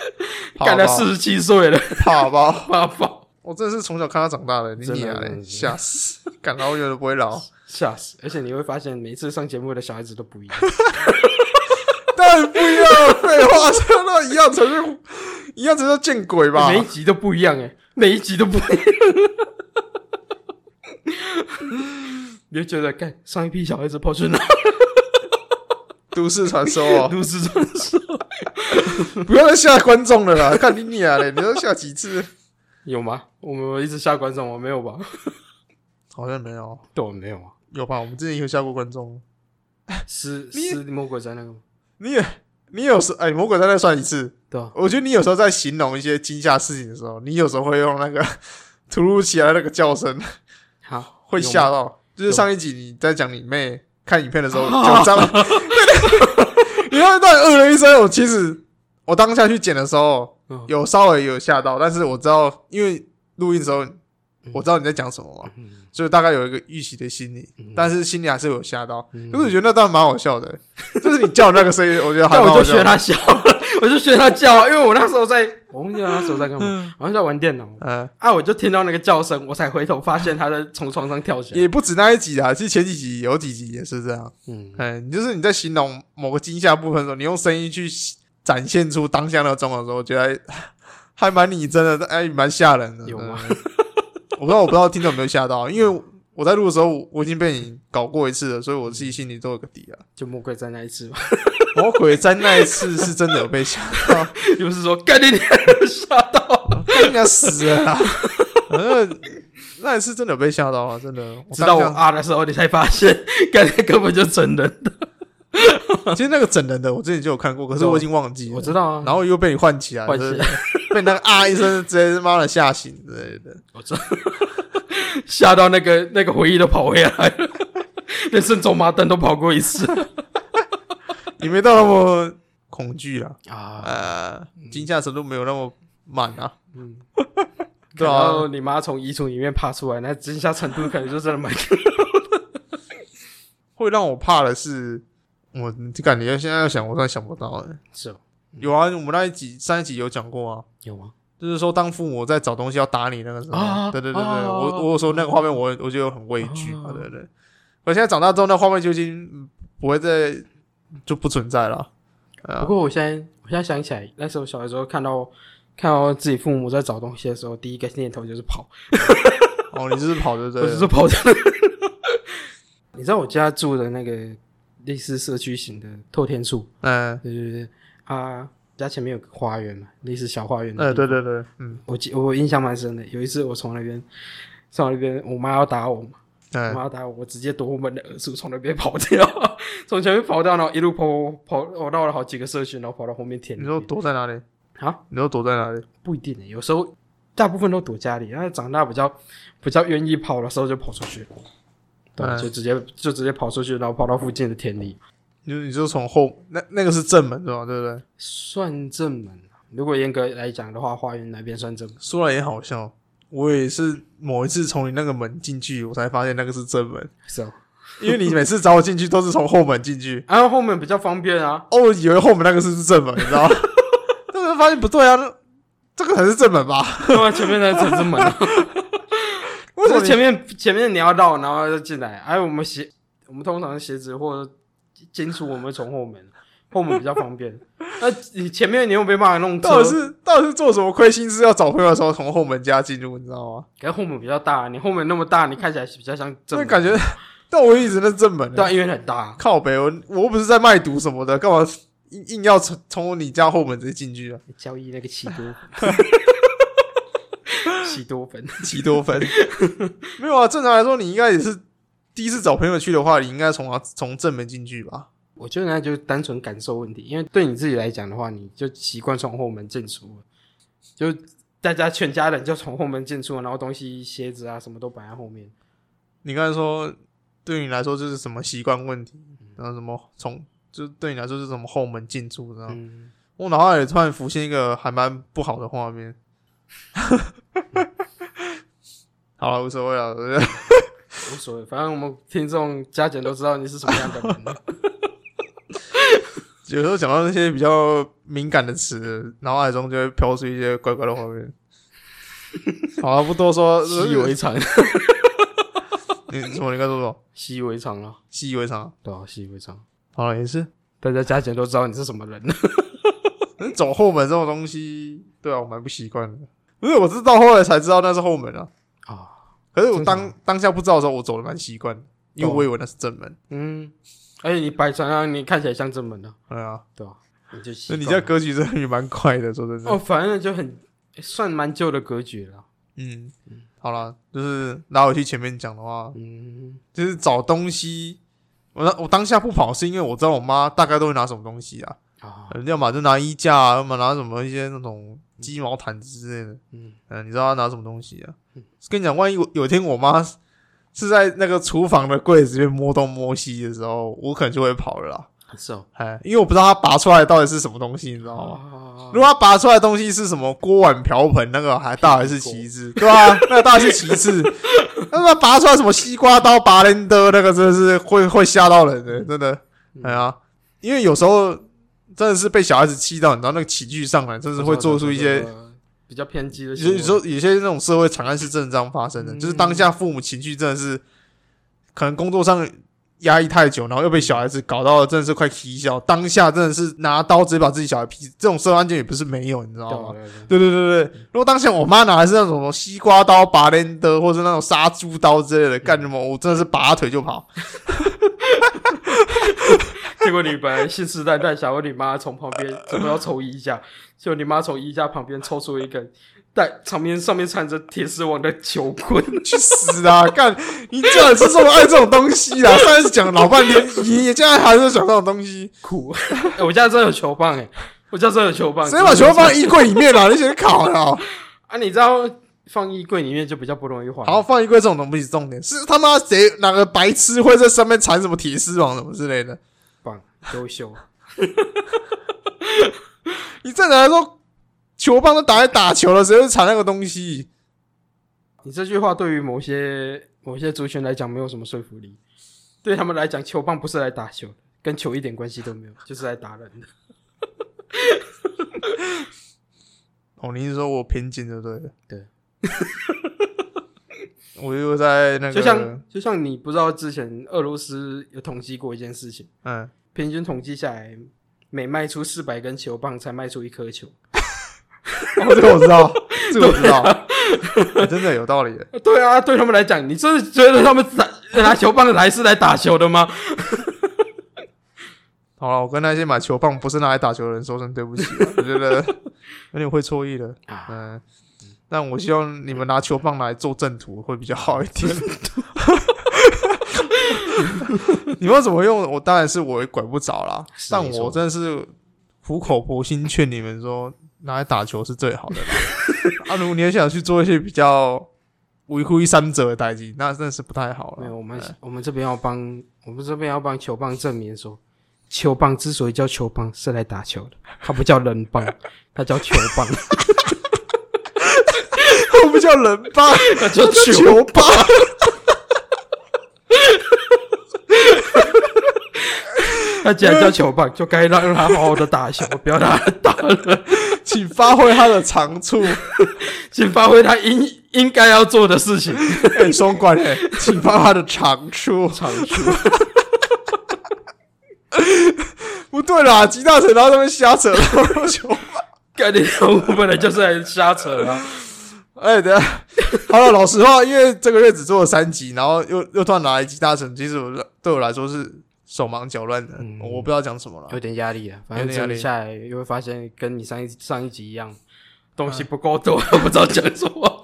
Speaker 3: 干到四十七岁了，
Speaker 2: 跑吧。
Speaker 3: 妈宝，
Speaker 2: 我真的是从小看他长大的，你
Speaker 3: 真的
Speaker 2: 你啊
Speaker 3: 真，的
Speaker 2: 吓死！ 感老远都不会 老，
Speaker 3: 吓死！而且你会发现，每一次上节目的小孩子都不一样，
Speaker 2: 当然不一样了， 废话，这都一样，才是一样，才叫见鬼吧
Speaker 3: 每？一集都不一样哎、每一集都不一样。 你就觉得，干上一批小孩子跑去哪
Speaker 2: 都市传说、哦，
Speaker 3: 都市传说？
Speaker 2: 不要再吓观众了啦！看你你啊嘞，你都吓几次？
Speaker 3: 有吗？我们一直下观众吗？没有吧？
Speaker 2: 好像没有，
Speaker 3: 对，我们没有啊。
Speaker 2: 有吧？我们之前也有吓过观众。
Speaker 3: 是
Speaker 2: 你
Speaker 3: 是魔鬼在那个吗？
Speaker 2: 你也，你有时哎、魔鬼在那算一次。
Speaker 3: 对啊，
Speaker 2: 我觉得你有时候在形容一些惊吓事情的时候，你有时候会用那个 突如其来的那个叫声，
Speaker 3: 好，
Speaker 2: 会
Speaker 3: 有吗
Speaker 2: 吓到。就是上一集你在讲你妹看影片的时 候讲脏，对对对 你那段呃了一声，我其实我当下去剪的时候
Speaker 3: 嗯
Speaker 2: 有稍微有吓到，但是我知道因为录音的时候我知道你在讲什么嘛，
Speaker 3: 嗯
Speaker 2: 所以大概有一个预期的心理
Speaker 3: 嗯，
Speaker 2: 但是心里还是有吓到。
Speaker 3: 嗯
Speaker 2: 可是我觉得那段蛮好笑的， 就是你叫那个声音，我觉得还蛮
Speaker 3: 但我
Speaker 2: 好
Speaker 3: 就
Speaker 2: 笑
Speaker 3: 学
Speaker 2: 的。
Speaker 3: 他笑， 我就学他叫，啊因为我那时候在，我忘记我那时候在干嘛，好像在玩电脑
Speaker 2: 嗯，
Speaker 3: 啊，我就听到那个叫声，我才回头发现他在从床上跳起来。
Speaker 2: 也不止那一集啊，其实前几集有几集也是这样。
Speaker 3: 嗯，
Speaker 2: 嗯，就是你在形容某个惊吓部分的时候，你用声音去展现出当下那个状况的时候，我觉得还还蛮拟真的，哎，蛮吓人的。
Speaker 3: 有吗
Speaker 2: 嗯？我不知道，我不知道听众有没有吓到，啊因为我在录的时候，我已经被你搞过一次了，所以我自己心里都有个底啊。
Speaker 3: 就魔鬼在那一次吧，
Speaker 2: 魔鬼在那一次是真的有被吓到，
Speaker 3: 又是说干你娘吓到，
Speaker 2: 人家死了 啦。嗯，那一次真的有被吓到啊，真的。我
Speaker 3: 直到我
Speaker 2: 当下
Speaker 3: 啊的时候，你才发现， 干那根本就整人的。
Speaker 2: 其实那个整人的我之前就有看过，可是我已经忘记了。
Speaker 3: 我知道啊，
Speaker 2: 然后又被你唤起来，
Speaker 3: 唤起来
Speaker 2: 真的被那个啊一声，直接他妈的吓醒之类的。
Speaker 3: 我知道，吓到那个那个回忆都跑回来了， 连圣走马灯都跑过一次
Speaker 2: 你没到那么恐惧啦，
Speaker 3: 啊。
Speaker 2: 呃，惊吓程度没有那么满啊。
Speaker 3: 嗯，
Speaker 2: 对
Speaker 3: 然后
Speaker 2: 啊，
Speaker 3: 你妈从衣橱里面爬出来，那惊吓程度可能就真的 蛮
Speaker 2: 会让我怕的是，我就感觉现在要想，我突然想不到了。
Speaker 3: 是哦，
Speaker 2: 有啊，我们那一集上一集有讲过啊，
Speaker 3: 有吗？
Speaker 2: 就是说当父母在找东西要打你那个时
Speaker 3: 啊
Speaker 2: 候，对对对对，
Speaker 3: 啊
Speaker 2: 我我有说那个画面我我就很畏惧嘛
Speaker 3: 啊，
Speaker 2: 对对对。我现在长大之后，那画面就已经不会再就不存在了。
Speaker 3: 不过我现在我现在想起来，那时候小的时候看到看到自己父母在找东西的时候，第一个念头就是跑，
Speaker 2: 哦，你就是跑对不
Speaker 3: 我
Speaker 2: 对？
Speaker 3: 就是跑的。你知道我家住的那个类似社区型的透天处，
Speaker 2: 嗯，
Speaker 3: 对对对啊，家前面有个花园嘛，类似小花园的地
Speaker 2: 哎，
Speaker 3: 方。
Speaker 2: 对对对，嗯，
Speaker 3: 我记我印象蛮深的，有一次我从那边从那边，我妈要打我嘛，我
Speaker 2: 哎，
Speaker 3: 妈要打我，我直接夺我们的耳鼠从那边跑掉， 从前面跑掉，然后一路跑跑跑，我绕了好几个社区，然后跑到后面田里
Speaker 2: 你
Speaker 3: 面。
Speaker 2: 说躲在哪里？
Speaker 3: 啊，
Speaker 2: 你说躲在哪里？
Speaker 3: 不一定欸，有时候大部分都躲家里，然后长大比较比较愿意跑的时候就跑出去，对，
Speaker 2: 嗯
Speaker 3: 就直接就直接跑出去，然后跑到附近的田里，
Speaker 2: 你就你就从后那那个是正门是吧？对不对？
Speaker 3: 算正门啊，如果严格来讲的话，花园哪边算正？
Speaker 2: 说来也好笑，我也是某一次从你那个门进去，我才发现那个是正门，
Speaker 3: 是哦，
Speaker 2: 因为你每次找我进去都是从后门进去，
Speaker 3: 然后后面比较方便啊。
Speaker 2: 哦，我以为后门那个是是正门，你知道吗？ 但是发现不对啊，那这个才是正门吧？
Speaker 3: 对啊，前面那只是门啊，
Speaker 2: 为什么
Speaker 3: 是
Speaker 2: 你
Speaker 3: 前面前面你要绕，然后就进来。哎，我们鞋，我们通常鞋子或者金属，我们从后门，后门比较方便。那你前面你又没办法弄
Speaker 2: 到
Speaker 3: 车
Speaker 2: 底，是到底是做什么亏心事？要找朋友的时候从后门家进入，你知道吗？
Speaker 3: 可是后门比较大，你后门那么大，你看起来比较像正
Speaker 2: 这
Speaker 3: 门。
Speaker 2: 感觉，但我一直那是正门、欸
Speaker 3: 对啊，因为很大。
Speaker 2: 靠北，我我又不是在卖毒什么的，干嘛硬硬要从从你家后门直接进去啊？
Speaker 3: 交易那个奇多，喜多 粉，
Speaker 2: 奇多芬 没有啊，正常来说你应该也是第一次找朋友去的话，你应该从啊从正门进去吧？
Speaker 3: 我觉得那就是单纯感受问题，因为对你自己来讲的话，你就习惯从后门进出了，就大家全家人就从后门进出，然后东西、鞋子啊什么都摆在后面。
Speaker 2: 你刚才说对你来说就是什么习惯问题，然后什么从就是对你来说是什么后门进出，然后、
Speaker 3: 嗯，
Speaker 2: 我脑海里突然浮现一个还蛮不好的画面。 好了，无所谓了，我觉得
Speaker 3: 无所谓，反正我们听众加减都知道你是什么样的人了。
Speaker 2: 有时候讲到那些比较敏感的词，脑海中就会飘出一些怪怪的画 面。好了，不多说，
Speaker 3: 习以为常，
Speaker 2: 你什么？你刚才说什么？
Speaker 3: 习以为常了，
Speaker 2: 习以为常啊。
Speaker 3: 对啊，习以为常。
Speaker 2: 好了，也是。
Speaker 3: 大家加减都知道你是什么 人了。
Speaker 2: 嗯走后门这种东西，对啊，我蛮不习惯的。不是，我是到后来才知道那是后门啊。
Speaker 3: 啊，
Speaker 2: 可是我
Speaker 3: 真
Speaker 2: 当当下不知道的时候，我走的蛮习惯的，因为
Speaker 3: 懂
Speaker 2: 我以为那是正门。
Speaker 3: 嗯，而且你摆成啊，你看起来像正门的，
Speaker 2: 对啊，
Speaker 3: 对吧、你就习
Speaker 2: 那
Speaker 3: 惯
Speaker 2: 你
Speaker 3: 了
Speaker 2: 家格局真的也蛮快的，说真的。
Speaker 3: 哦，反正就很算蛮旧的格局了。
Speaker 2: 嗯，好了，就是拉回去前面讲的话，
Speaker 3: 嗯，
Speaker 2: 就是找东西。我那我当下不跑，是因为我知道我妈大概都会拿什么东西啊，
Speaker 3: 啊，
Speaker 2: 呃要么就拿衣架、啊，要么拿什么一些那种鸡毛毯子之类的。
Speaker 3: 嗯，
Speaker 2: 嗯，你知道她拿什么东西啊？跟你讲，万一有有一天我妈是在那个厨房的柜子里面摸东摸西的时候，我可能就会跑了啦。
Speaker 3: 是哦，
Speaker 2: 哎，因为我不知道她拔出来到底是什么东西，你知道吗？
Speaker 3: 哦，
Speaker 2: 如果他拔出来的东西是什么锅碗瓢盆，那个还大还是其次，对吧、啊？那个大概是其次。 那他拔出来什么西瓜刀、拔镰刀，那个真的是会会吓到人的，真的。哎呀、因为有时候真的是被小孩子气到，你知道那个情绪上来，真是会做出一些，
Speaker 3: 比较偏激的行
Speaker 2: 有
Speaker 3: 为。
Speaker 2: 有时候有些那种社会惨案是正常发生的，
Speaker 3: 嗯
Speaker 2: 就是当下父母情绪真的是可能工作上。压抑太久，然后又被小孩子搞到，真的是快踢笑。当下真的是拿刀直接把自己小孩劈死，这种社会案件也不是没有，你知道吗？
Speaker 3: 哦对
Speaker 2: 对
Speaker 3: 对对
Speaker 2: 对对对，如果当前我妈拿的是那种什么西瓜刀、拔镰刀，或者那种杀猪刀之类的，干什么？我真的是拔腿就跑。
Speaker 3: 结果你本来信誓旦旦想要你妈从旁边准备要抽衣 架，结果你妈从衣架旁边抽出一根带场面上面缠着铁丝网的球棍，
Speaker 2: 去死啊！干，你这样是这么爱这种东西啊！上一次讲老半天，爷爷现在还是讲这种东西，
Speaker 3: 酷！哎我家真的有球棒哎、我家真的有球棒，
Speaker 2: 谁把球放在衣柜里面啊？你先烤了啊、
Speaker 3: 啊？你知道放衣柜里面就比较不容易坏。
Speaker 2: 好，放衣柜这种东西是重点，是他妈谁哪个白痴会在上面缠什么铁丝网什么之类的？
Speaker 3: 棒，优秀。
Speaker 2: 你正常来说，球棒都打在打球了，谁会缠那个东西？
Speaker 3: 你这句话对于某些某些族群来讲没有什么说服力，对他们来讲，球棒不是来打球的，跟球一点关系都没有， 就是来打人的。
Speaker 2: 哦，你是说我偏见就对了。
Speaker 3: 对，
Speaker 2: 我就在那个，
Speaker 3: 就像就像你不知道之前俄罗斯有统计过一件事情，
Speaker 2: 嗯，
Speaker 3: 平均统计下来，每卖出四百根球棒才卖出一颗球。
Speaker 2: 哦，这个我知道，这个我知 道，
Speaker 3: 啊
Speaker 2: 哎真的有道理的。
Speaker 3: 对啊，对他们来讲，你真的觉得他们打拿球棒来是来打球的吗？
Speaker 2: 好了，我跟那些买球棒不是拿来打球的人说声对不起啊， 我觉得有点会错意了。
Speaker 3: 啊，
Speaker 2: 嗯，但我希望你们拿球棒来做正途会比较好一 点。你们要怎么用？我当然是我也管不着啦，
Speaker 3: 是
Speaker 2: 但
Speaker 3: 没错
Speaker 2: 我真的是苦口婆心劝你们说，拿来打球是最好的啦。 啊，如果你也想去做一些比较违乎三者的代际，那真的是不太好
Speaker 3: 没
Speaker 2: 了。
Speaker 3: 有，我们我们这边要帮我们这边要帮球棒证明说，球棒之所以叫球棒，是来打球的，它不叫人棒，它叫球棒，
Speaker 2: 我们叫人 棒，
Speaker 3: 它叫
Speaker 2: 球棒。
Speaker 3: 它既然叫球棒，就该让它好好的打球，不要让它打了，
Speaker 2: 请发挥他的长 处。
Speaker 3: 请发挥它应应该要做的 事情。
Speaker 2: 哎，双管哎，请发挥他的长处。
Speaker 3: 长 处，
Speaker 2: 不对啦，吉大成他那边瞎扯，然后球棒。
Speaker 3: 概念我本来就是来瞎扯啊。
Speaker 2: 哎，等一下，好了，老实话，因为这个月只做了三集，然后又又突然拿来吉大成，其实我对我来说是手忙脚乱的，
Speaker 3: 嗯
Speaker 2: 我不知道讲什么了。
Speaker 3: 有点压力啊，反
Speaker 2: 有
Speaker 3: 正
Speaker 2: 点压
Speaker 3: 整
Speaker 2: 力
Speaker 3: 理下来又会发现跟你上一上一集一样，东西不够多， 不知道讲什么。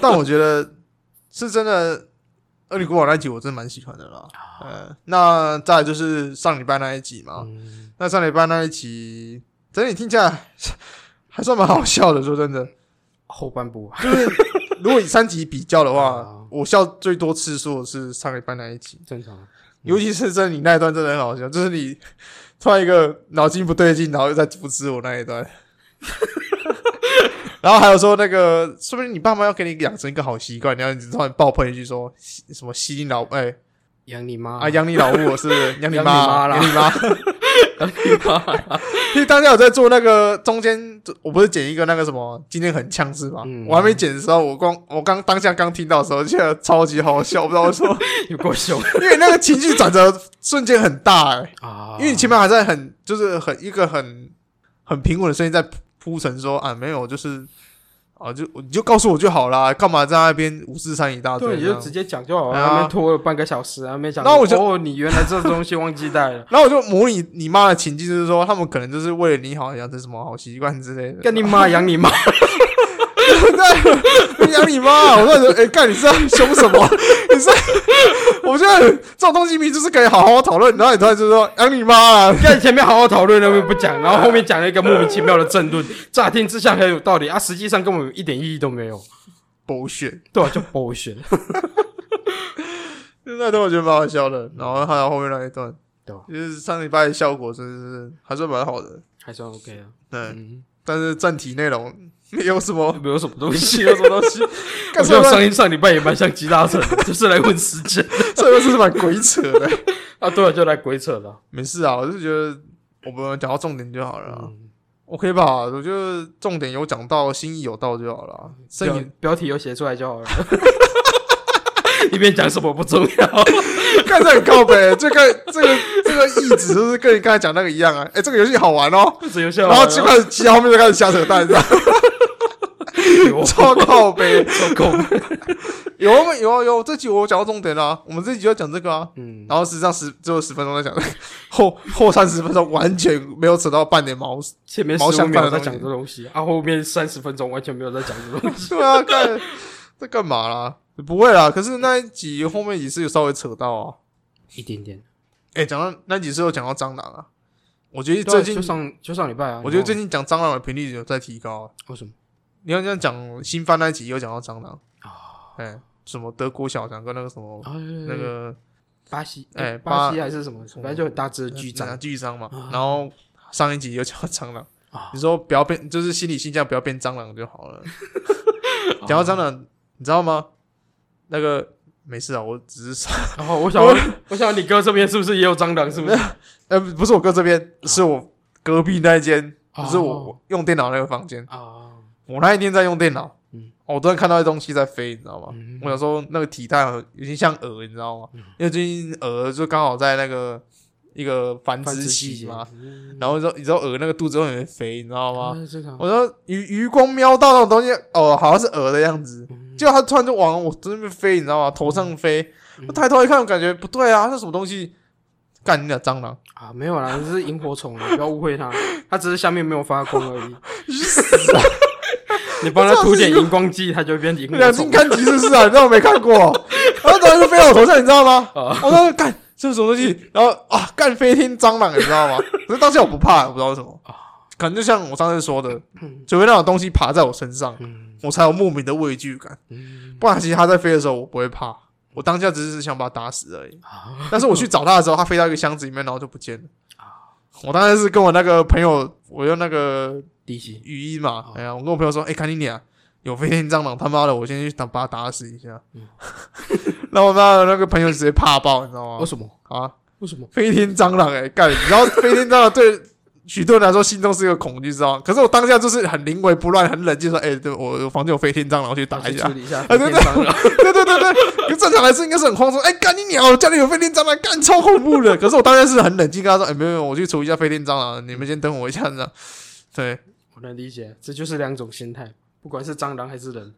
Speaker 2: 但我觉得是真的，《恶灵古堡》那一集我真的蛮喜欢的啦。呃，那再来就是上礼拜那一集嘛，
Speaker 3: 啊嗯
Speaker 2: 那上礼拜那一集整体听起来还算蛮好笑的，说真的。
Speaker 3: 后半部 啊
Speaker 2: 就是如果以三集比较的话
Speaker 3: 啊，
Speaker 2: 我笑最多次数是上礼拜那一集，
Speaker 3: 正常啊，
Speaker 2: 尤其是在你那一段真的很好笑，就是你突然一个脑筋不对劲，然后又在阻止我那一段。然后还有说那个，说不定你爸妈要给你养成一个好习惯，然后你突然爆喷一句说吸什么吸你老哎
Speaker 3: 养你妈
Speaker 2: 啊养你老 母是不是养你
Speaker 3: 养你
Speaker 2: 妈
Speaker 3: 妈啦
Speaker 2: 养你妈，
Speaker 3: 养你妈，
Speaker 2: 因为当下我在做那个中间，我不是剪一个那个什么，今天很呛是吗？
Speaker 3: 嗯
Speaker 2: 我还没剪的时候，我光我刚当下刚听到的时候，觉得超级好笑，不知道为什么，
Speaker 3: 有够凶
Speaker 2: 因为那个情绪转折瞬间很大、欸，
Speaker 3: 啊！
Speaker 2: 因为你前面还在很就是很一个很很平稳的声音在铺陈说啊没有就是啊就你就告诉我就好啦，干嘛在那边五四三一大堆
Speaker 3: 对，
Speaker 2: 这
Speaker 3: 你
Speaker 2: 样？
Speaker 3: 就直接讲就好了，
Speaker 2: 对啊
Speaker 3: 那边拖了半个小时，那边讲。
Speaker 2: 那我就，
Speaker 3: 哦，你原来这东西忘记带了
Speaker 2: 然后我就模拟你妈的情境，就是说他们可能就是为了你好，养成什么好习惯之类的。
Speaker 3: 跟你妈养你妈，
Speaker 2: 对， 养你妈！我说，哎、干你是在凶什么？ 你是在，我觉得这种东西明明就是可以好好讨论，然后你突然就说养你妈啊！
Speaker 3: 跟前面好好讨论，那边不讲，然后后面讲了一个莫名其妙的争论，乍听之下很有道理啊，实际上根本一点意义都没有，
Speaker 2: 狗血，
Speaker 3: 对啊，就 bullshit，
Speaker 2: 那段我觉得蛮好笑的。然后还有后面那一段，
Speaker 3: 对啊
Speaker 2: 就是上礼拜的效果真的是还算蛮好的，
Speaker 3: 还算 OK 啊。
Speaker 2: 对。
Speaker 3: 嗯，
Speaker 2: 但是正题内容没有什 么，
Speaker 3: 没有什么东西
Speaker 2: 没。有什么东西。
Speaker 3: 我
Speaker 2: 干
Speaker 3: 觉得
Speaker 2: 这
Speaker 3: 我
Speaker 2: 段
Speaker 3: 上一上礼拜也蛮像吉大成的，就是来问时 间
Speaker 2: 这段是蛮鬼扯的。
Speaker 3: 啊，对啊，就来鬼扯了。
Speaker 2: 没事啊，我就觉得我们讲到重点就好了啊、
Speaker 3: 嗯，
Speaker 2: OK 吧？我觉得重点有讲到，心意有到就好了啊。剩
Speaker 3: 标
Speaker 2: 余
Speaker 3: 标题有写出来就好了。 一边讲什么不重 要，
Speaker 2: 看这很靠北，这个这个这个意旨就是跟你刚才讲那个一样啊。哎、这个游戏好玩哦，
Speaker 3: 只有笑
Speaker 2: 然
Speaker 3: 完了。
Speaker 2: 后就开始其他后面就开始瞎扯淡，这样
Speaker 3: 有
Speaker 2: 超靠北。
Speaker 3: 抽空。
Speaker 2: 有啊有啊有啊，这集我讲到重点啦、我们这集就要讲这个啊。
Speaker 3: 嗯，
Speaker 2: 然后实际上十只有十分钟在讲这个，后后三十分钟完全没有扯到半点毛。
Speaker 3: 前面十
Speaker 2: 毛
Speaker 3: 五
Speaker 2: 想法
Speaker 3: 秒
Speaker 2: 的
Speaker 3: 在
Speaker 2: 东西
Speaker 3: 讲这东西，啊，后面三十分钟完全没有在讲这东西。
Speaker 2: 对啊，干在干嘛啦？不会啦，可是那一集后面也是有稍微扯到啊。
Speaker 3: 一点点。
Speaker 2: 哎、讲到那集是有讲到蟑螂啊，我觉得
Speaker 3: 对啊
Speaker 2: 最近
Speaker 3: 就上就上礼拜啊，
Speaker 2: 我觉得最
Speaker 3: 你
Speaker 2: 近讲蟑螂的频率有在提高啊、
Speaker 3: 忘了为什么？
Speaker 2: 你要这样讲，新番那一集有讲到蟑螂
Speaker 3: 啊
Speaker 2: 哎、什么德国小强跟那个什么、
Speaker 3: 啊，
Speaker 2: 那个
Speaker 3: 巴西，
Speaker 2: 哎
Speaker 3: 巴西
Speaker 2: 巴
Speaker 3: 还是什么，反正就很大只的巨
Speaker 2: 那
Speaker 3: 蟑
Speaker 2: 巨蟑嘛，
Speaker 3: 啊
Speaker 2: 然后上一集有讲到蟑螂，
Speaker 3: 啊
Speaker 2: 你说不要变，就是心理倾向不要变蟑螂就好 了。讲到蟑螂，你知道吗？那个没事啊，我只是说，
Speaker 3: 然后我想问，我想问你哥这边是不是也有蟑 螂？是不是？啊
Speaker 2: 呃，不是我哥这边，是我隔壁那一间，不是我
Speaker 3: 哦
Speaker 2: 我用电脑那个房间。
Speaker 3: 啊，
Speaker 2: 我那一天在用电脑，
Speaker 3: 嗯
Speaker 2: 哦我突然看到一东西在飞，你知道吗？
Speaker 3: 嗯
Speaker 2: 我想说那个体态有点像鹅，你知道吗？因为最近鹅就刚好在那个一个繁殖期嘛，
Speaker 3: 嗯
Speaker 2: 然后你知道你知道鹅那个肚子会很肥，你知道吗？
Speaker 3: 啊正常。
Speaker 2: 我说余余光瞄到那种东西，哦，好像是鹅的样子，
Speaker 3: 嗯
Speaker 2: 结果它突然就往我这边飞，你知道吗？头上飞，
Speaker 3: 嗯
Speaker 2: 我抬头一看，我感觉不对啊，那什么东西？干你俩蟑螂，
Speaker 3: 啊，没有啦，这是萤火虫啊，你 不要误会它，它只是下面没有发光 而已。
Speaker 2: 你去死啊！
Speaker 3: 你 帮它涂点荧光剂，它就会变萤火
Speaker 2: 两金
Speaker 3: 虫。
Speaker 2: 看集是不是啊？你知道我没看 过，然后突然就飞到我头上，你知道吗？
Speaker 3: 啊
Speaker 2: 我当时干这是什么东西，然后啊干飞天蟑螂，你知道吗？可是当下我不怕，我不知道为什么
Speaker 3: 啊，
Speaker 2: 可能就像我上次说的
Speaker 3: 嗯，
Speaker 2: 除非那种东西爬在我身上，
Speaker 3: 嗯
Speaker 2: 我才有莫名的畏惧感，
Speaker 3: 嗯
Speaker 2: 不然其实它在飞的时候我不会怕，我当下只是想把它打死而已。
Speaker 3: 啊
Speaker 2: 但是我去找它的时候，它飞到一个箱子里面，然后就不见了。我当然是跟我那个朋友，我用那个
Speaker 3: 第一集
Speaker 2: 语音
Speaker 3: 哦
Speaker 2: 嘛，哎呀，我跟我朋友说，哎、看你俩有飞天蟑螂，他妈的，我先去打把他打死一下。
Speaker 3: 嗯
Speaker 2: 那我妈的那个朋友直接怕爆，你知道
Speaker 3: 为
Speaker 2: 吗？
Speaker 3: 什么？
Speaker 2: 啊，
Speaker 3: 为什么？
Speaker 2: 飞天蟑螂、哎，干，你知道 飞天蟑螂对许多人来说心中是一个恐惧，知道吗？可是我当下就是很临危不乱，很冷静说，哎、对我我房间有飞天蟑螂，我去打一
Speaker 3: 去
Speaker 2: 下啊
Speaker 3: 处。理一下
Speaker 2: 对对
Speaker 3: 变脏了。
Speaker 2: 对对对对，可正常来说应该是很慌说，哎、干你鸟，我家里有飞天蟑螂，干超恐怖的。可是我当然是很冷静跟他说，哎、没有没有，我去处理一下飞天蟑螂，你们先等我一下这样。对，
Speaker 3: 我能理解，这就是两种心态，不管是蟑螂还是人。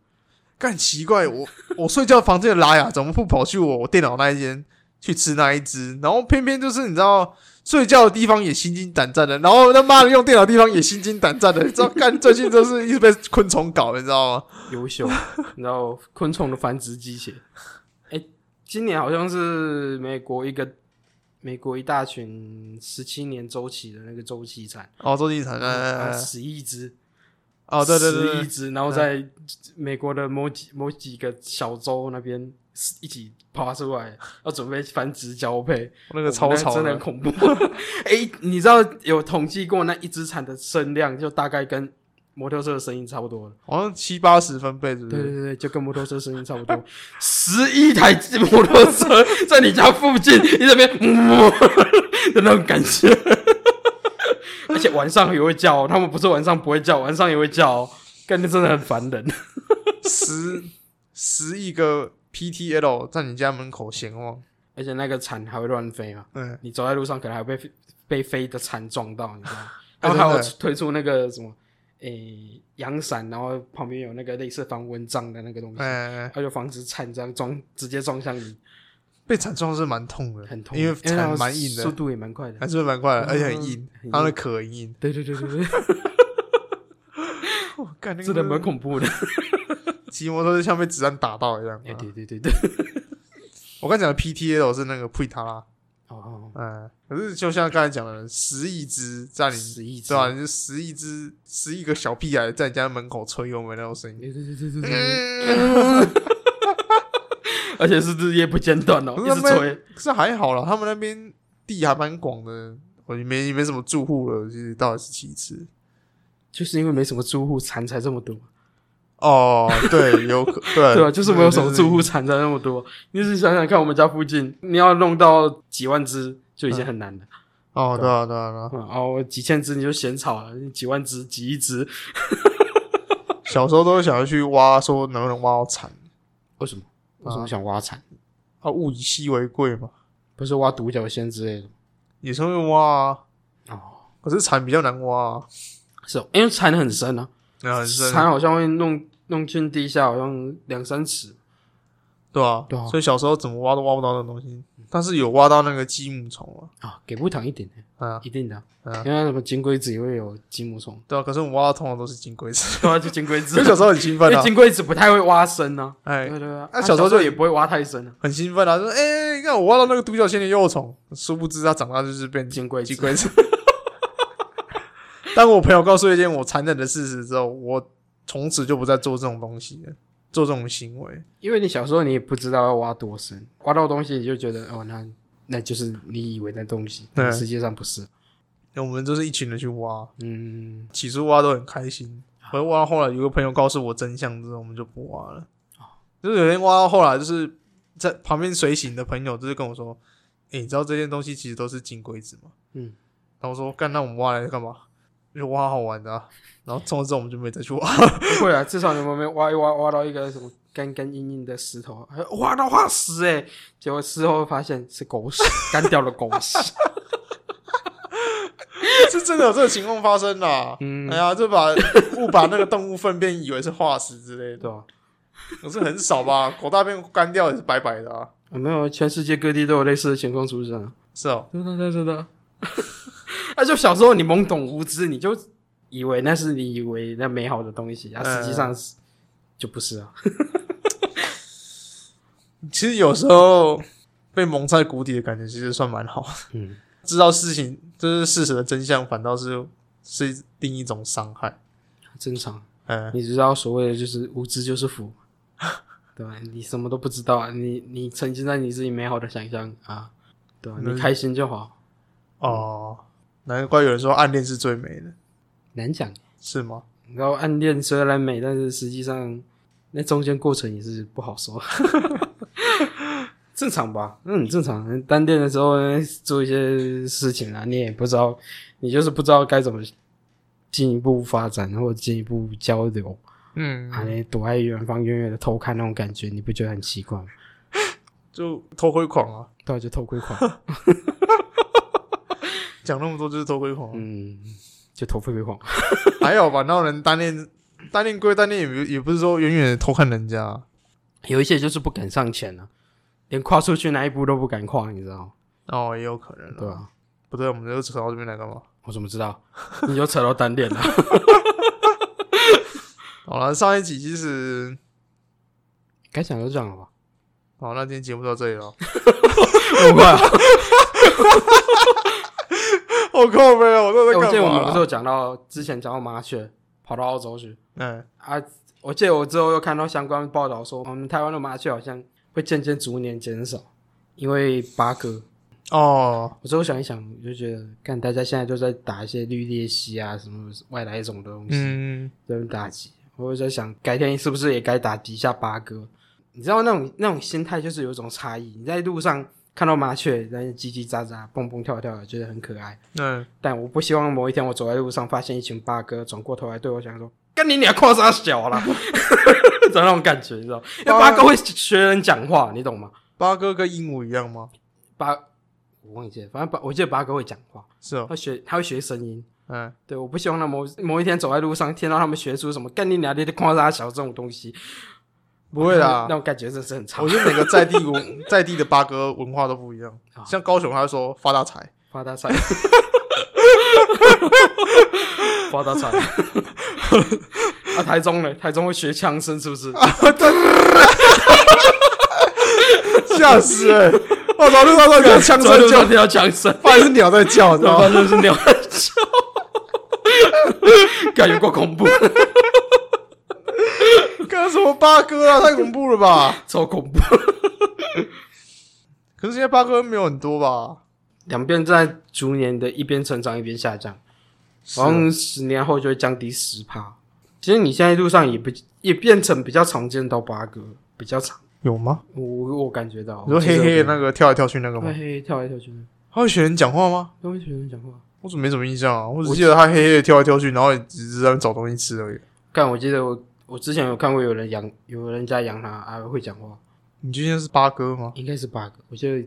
Speaker 2: 干奇怪，我我睡觉房间的拉雅怎么不跑去我我电脑那一间去吃那一只？然后偏偏就是你知道睡觉的地方也心惊胆战的，然后他妈的用电脑的地方也心惊胆战的，你知道干最近就是一直被昆虫搞，你知道吗？
Speaker 3: 优秀，然后昆虫的繁殖机械。哎、今年好像是美国一个美国一大群十七年周期的那个周期产，啊
Speaker 2: 哦，周星驰，哎哎哎
Speaker 3: 十亿只，
Speaker 2: 哦，对对对
Speaker 3: 十亿
Speaker 2: 对，
Speaker 3: 只，然后在美国的某几某几个小州那边一起爬出来，要准备繁殖交配。
Speaker 2: 那个超
Speaker 3: 我
Speaker 2: 吵
Speaker 3: 们那真的很恐怖。 哎、你知道有统计过那一只蝉的声量，就大概跟摩托车的声音差不多了。
Speaker 2: 好像七八十分贝，是不
Speaker 3: 对对
Speaker 2: 是？
Speaker 3: 对对，就跟摩托车声音差不多。十一台摩托 车在你家附近，你这边嗯 的那种感觉。 而且晚上也会叫、哦，他们不是晚上不会叫，晚上也会叫、哦，感觉真的很烦人。
Speaker 2: 十十亿个 PTL 在你家门口闲晃，
Speaker 3: 而且那个蝉还会乱飞嘛，
Speaker 2: 嗯，
Speaker 3: 你走在路上可能还会被被飞的蝉撞到，你知道 吗？
Speaker 2: 哎
Speaker 3: 然后还有
Speaker 2: 真
Speaker 3: 推出那个什么，诶、阳伞，然后旁边有那个类似防蚊帐的那个东西，
Speaker 2: 哎、
Speaker 3: 它就防止铲这样撞，直接撞向你，
Speaker 2: 被铲撞是蛮痛的，
Speaker 3: 很痛，
Speaker 2: 因为
Speaker 3: 那
Speaker 2: 铲
Speaker 3: 个
Speaker 2: 蛮硬的
Speaker 3: 速，度也蛮快的
Speaker 2: 还。是蛮快的，
Speaker 3: 嗯
Speaker 2: 而且很硬
Speaker 3: 很，硬
Speaker 2: 它的壳很硬。
Speaker 3: 对对对对对，
Speaker 2: 我干，那
Speaker 3: 真的蛮恐怖 的。
Speaker 2: 骑摩托车像被子弹打到一样。啊
Speaker 3: 哎，对对对对，
Speaker 2: 我刚讲的 PTL 是那个佩塔拉，
Speaker 3: 哦哦，
Speaker 2: 嗯，可是就像刚才讲的，十亿只在你
Speaker 3: 十亿只
Speaker 2: 对，吧？啊你就十亿只十亿个小屁孩在你家门口吹油门那种声音，
Speaker 3: 对对对对对对，
Speaker 2: 嗯
Speaker 3: 而且是日夜不间断哦，
Speaker 2: 不是
Speaker 3: 一直吹。
Speaker 2: 可是还好啦，他们那边地还蛮广的，我也没没什么住户了，其实倒也是其次。
Speaker 3: 就是因为没什么住户，蝉才这么多，
Speaker 2: 哦，对，有可对
Speaker 3: 对吧？啊就是没有什么住户，
Speaker 2: 就是
Speaker 3: 蝉才那么多。你只想想看，我们家附近，你要弄到几万只就已经很难了。
Speaker 2: 哦，对啊，对啊，对啊。
Speaker 3: 嗯哦，几千只你就嫌吵了，你几万只、几亿只，
Speaker 2: 小时候都会想要去挖，说能不能挖到蚕
Speaker 3: 为什么？为什么想挖蚕？
Speaker 2: 啊？物以稀为贵嘛，
Speaker 3: 不是挖独角仙之类的
Speaker 2: 也是会挖啊，
Speaker 3: 哦？
Speaker 2: 可是蚕比较难挖啊，
Speaker 3: 是哦，因为蚕很深啊，
Speaker 2: 那很深，
Speaker 3: 蚕好像会弄弄进地下，好像两三尺。
Speaker 2: 对啊，
Speaker 3: 对啊嗯
Speaker 2: 所以小时候怎么挖都挖不到那东西，但是有挖到那个积木虫
Speaker 3: 啊，给不糖一点，
Speaker 2: 啊，啊，
Speaker 3: 一定的啊，
Speaker 2: 嗯，
Speaker 3: 因为什么金龟子也会有金母虫
Speaker 2: 对啊，可是我们挖到通常都是金龟 子，
Speaker 3: 对啊，就金龟子
Speaker 2: 所以，小时候很兴
Speaker 3: 因
Speaker 2: 奋
Speaker 3: 为
Speaker 2: 啊，
Speaker 3: 金龟子不太会挖深啊，对
Speaker 2: 哎，
Speaker 3: 对对，
Speaker 2: 那
Speaker 3: 啊
Speaker 2: 小时候就
Speaker 3: 也不会挖太深啊，
Speaker 2: 很兴奋啊，说哎，你看我挖到那个独角仙的幼虫，殊不知它长大就是变
Speaker 3: 金龟
Speaker 2: 金
Speaker 3: 子，
Speaker 2: 龟子。当我朋友告诉我一件我残忍的事实之后，我从此就不再做这种东西了，做这种行为。
Speaker 3: 因为你小时候你也不知道要挖多深，挖到东西你就觉得哦，那那就是你以为那东西，
Speaker 2: 对
Speaker 3: 实际上不是，
Speaker 2: 我们就是一群人去挖，
Speaker 3: 嗯。
Speaker 2: 起初挖都很开心，
Speaker 3: 啊
Speaker 2: 可是挖到后来有个朋友告诉我真相之后，我们就不挖了。
Speaker 3: 哦
Speaker 2: 就是有一天挖到后来，就是在旁边随行的朋友就是跟我说：“哎、你知道这件东西其实都是金龟子吗？”
Speaker 3: 嗯，
Speaker 2: 然后我说：“干，那我们挖来干嘛？”就挖好玩的、啊。然后从此之后我们就没再去挖。
Speaker 3: 不会啊，至少你们没挖一挖挖到一个什么干干硬硬的石头，还挖到化石哎、结果事后发现是狗屎，干掉了狗 屎。
Speaker 2: 是真的有这个情况发生啦。
Speaker 3: 嗯
Speaker 2: 哎呀，就把误把那个动物粪便以为是化石之类的，
Speaker 3: 对啊，
Speaker 2: 可是很少吧？狗大便干掉也是白白的啊。
Speaker 3: 啊没有，全世界各地都有类似的情况出现啊。
Speaker 2: 是哦，
Speaker 3: 真的真的真的。 那、就小时候你懵懂无知，你就以为那是你以为那美好的东西，啊，实际上是、就不是啊。
Speaker 2: 其实有时候被蒙在鼓底的感觉，其实算蛮好。
Speaker 3: 嗯，
Speaker 2: 知道事情就是事实的真相，反倒是是另一种伤害。
Speaker 3: 正常。
Speaker 2: 嗯，
Speaker 3: 你知道所谓的就是无知就是福， 对吧？你什么都不知道，你你啊沉浸在你自己美好的想象啊，对吧？
Speaker 2: 那
Speaker 3: 你开心就好。
Speaker 2: 哦，难怪有人说暗恋是最美的，
Speaker 3: 难讲。
Speaker 2: 是吗？
Speaker 3: 然后暗恋虽然美，但是实际上那中间过程也是不好说， 正常吧？那很正常。单恋的时候呃做一些事情啊，你也不知道，你就是不知道该怎么进一步发展或者进一步交流，
Speaker 2: 嗯，
Speaker 3: 啊，你躲在远方远远的偷看那种感觉，你不觉得很奇怪吗？
Speaker 2: 就偷窥狂啊，
Speaker 3: 到底就偷窥 狂，
Speaker 2: 讲那么多就是偷窥狂啊、
Speaker 3: 嗯，就偷窥狂。
Speaker 2: 还有吧，哪有人单恋？单恋归单恋，也不也不是说远远的偷看人家啊、
Speaker 3: 有一些就是不敢上前啊，连跨出去那一步都不敢跨，你知道吗？
Speaker 2: 哦，也有可能
Speaker 3: 对
Speaker 2: 啊。
Speaker 3: 吧、
Speaker 2: 不对，我们又扯到这边来干嘛？
Speaker 3: 我怎么知 道？你就扯到单恋了。
Speaker 2: 好了，上一集其实，
Speaker 3: 该讲就讲 了吧，
Speaker 2: 好，那今天节目到这里 了。
Speaker 3: 那么 快啊、
Speaker 2: 我靠，没有，我都
Speaker 3: 欸我
Speaker 2: 在干
Speaker 3: 记得我
Speaker 2: 嘛啊
Speaker 3: 们不是
Speaker 2: 啦？
Speaker 3: 有讲到之前讲到麻雀跑到澳洲去
Speaker 2: 嗯，
Speaker 3: 啊，我记得我之后又看到相关报道说，我们台湾的麻雀好像会渐渐逐年减少，因为八哥。
Speaker 2: 哦，
Speaker 3: 我之后想一想，我就觉得，看大家现在都在打一些绿鬣蜥啊，什么外来种的东西，
Speaker 2: 嗯，
Speaker 3: 都在打击。我就在想，改天是不是也该打击一下八哥？你知道那种那种心态就是有一种差异。你在路上看到麻雀，在那叽叽喳喳、蹦蹦跳跳的，觉得很可爱。
Speaker 2: 嗯，
Speaker 3: 但我不希望某一天我走在路上，发现一群八哥转过头来对我讲说：“跟你俩跨啥小啦？” 的那种感觉，你知道吗？因为八哥会学人讲话，你懂吗？
Speaker 2: 八哥跟鹦鹉一样吗？
Speaker 3: 八，我忘记了，反正八，我记得八哥会讲话，
Speaker 2: 是哦，
Speaker 3: 他学他会学声音。
Speaker 2: 嗯，
Speaker 3: 对，我不希望他某某一天走在路上，听到他们学出什么“干你俩的跨啥小”这种东西，
Speaker 2: 不会啦
Speaker 3: 那。种感觉真是很差
Speaker 2: 我。觉得每个在地文 在地的八哥文化都不一样
Speaker 3: 啊，
Speaker 2: 像高雄他说发大财，
Speaker 3: 发 大财，发大财。啊，台中呢？台中会学枪声是不是？
Speaker 2: 吓死人！我操，路上都有枪
Speaker 3: 走在
Speaker 2: 声叫
Speaker 3: 路 上，听到啊枪声，
Speaker 2: 发现是鸟在叫，你知
Speaker 3: 然
Speaker 2: 道
Speaker 3: 后
Speaker 2: 吗？
Speaker 3: 啊就是鸟在叫，感觉够恐怖，
Speaker 2: 干什么八哥啊？太恐怖了吧！
Speaker 3: 超恐怖。
Speaker 2: 可是现在八哥没有很多吧？
Speaker 3: 两边在逐年的一边成长一边下降，好像十年后就会降低十趴。其实你现在路上也不也变成比较常见到八哥，比较常，
Speaker 2: 有吗？
Speaker 3: 我我感觉到。
Speaker 2: 你说黑黑的那
Speaker 3: 个，
Speaker 2: 个跳来跳去那个
Speaker 3: 嘿
Speaker 2: 吗？
Speaker 3: 嘿跳来跳去的，
Speaker 2: 他会学人讲话吗？
Speaker 3: 跟学生讲话。
Speaker 2: 我怎么没什么印象啊？我只记得他黑黑的跳来跳去，然后也只是在那边找东西吃而已。
Speaker 3: 干，我记得我我之前有看过有人养，有人家养它啊，会讲话，
Speaker 2: 你今天是八哥吗？
Speaker 3: 应该是 bug，我记得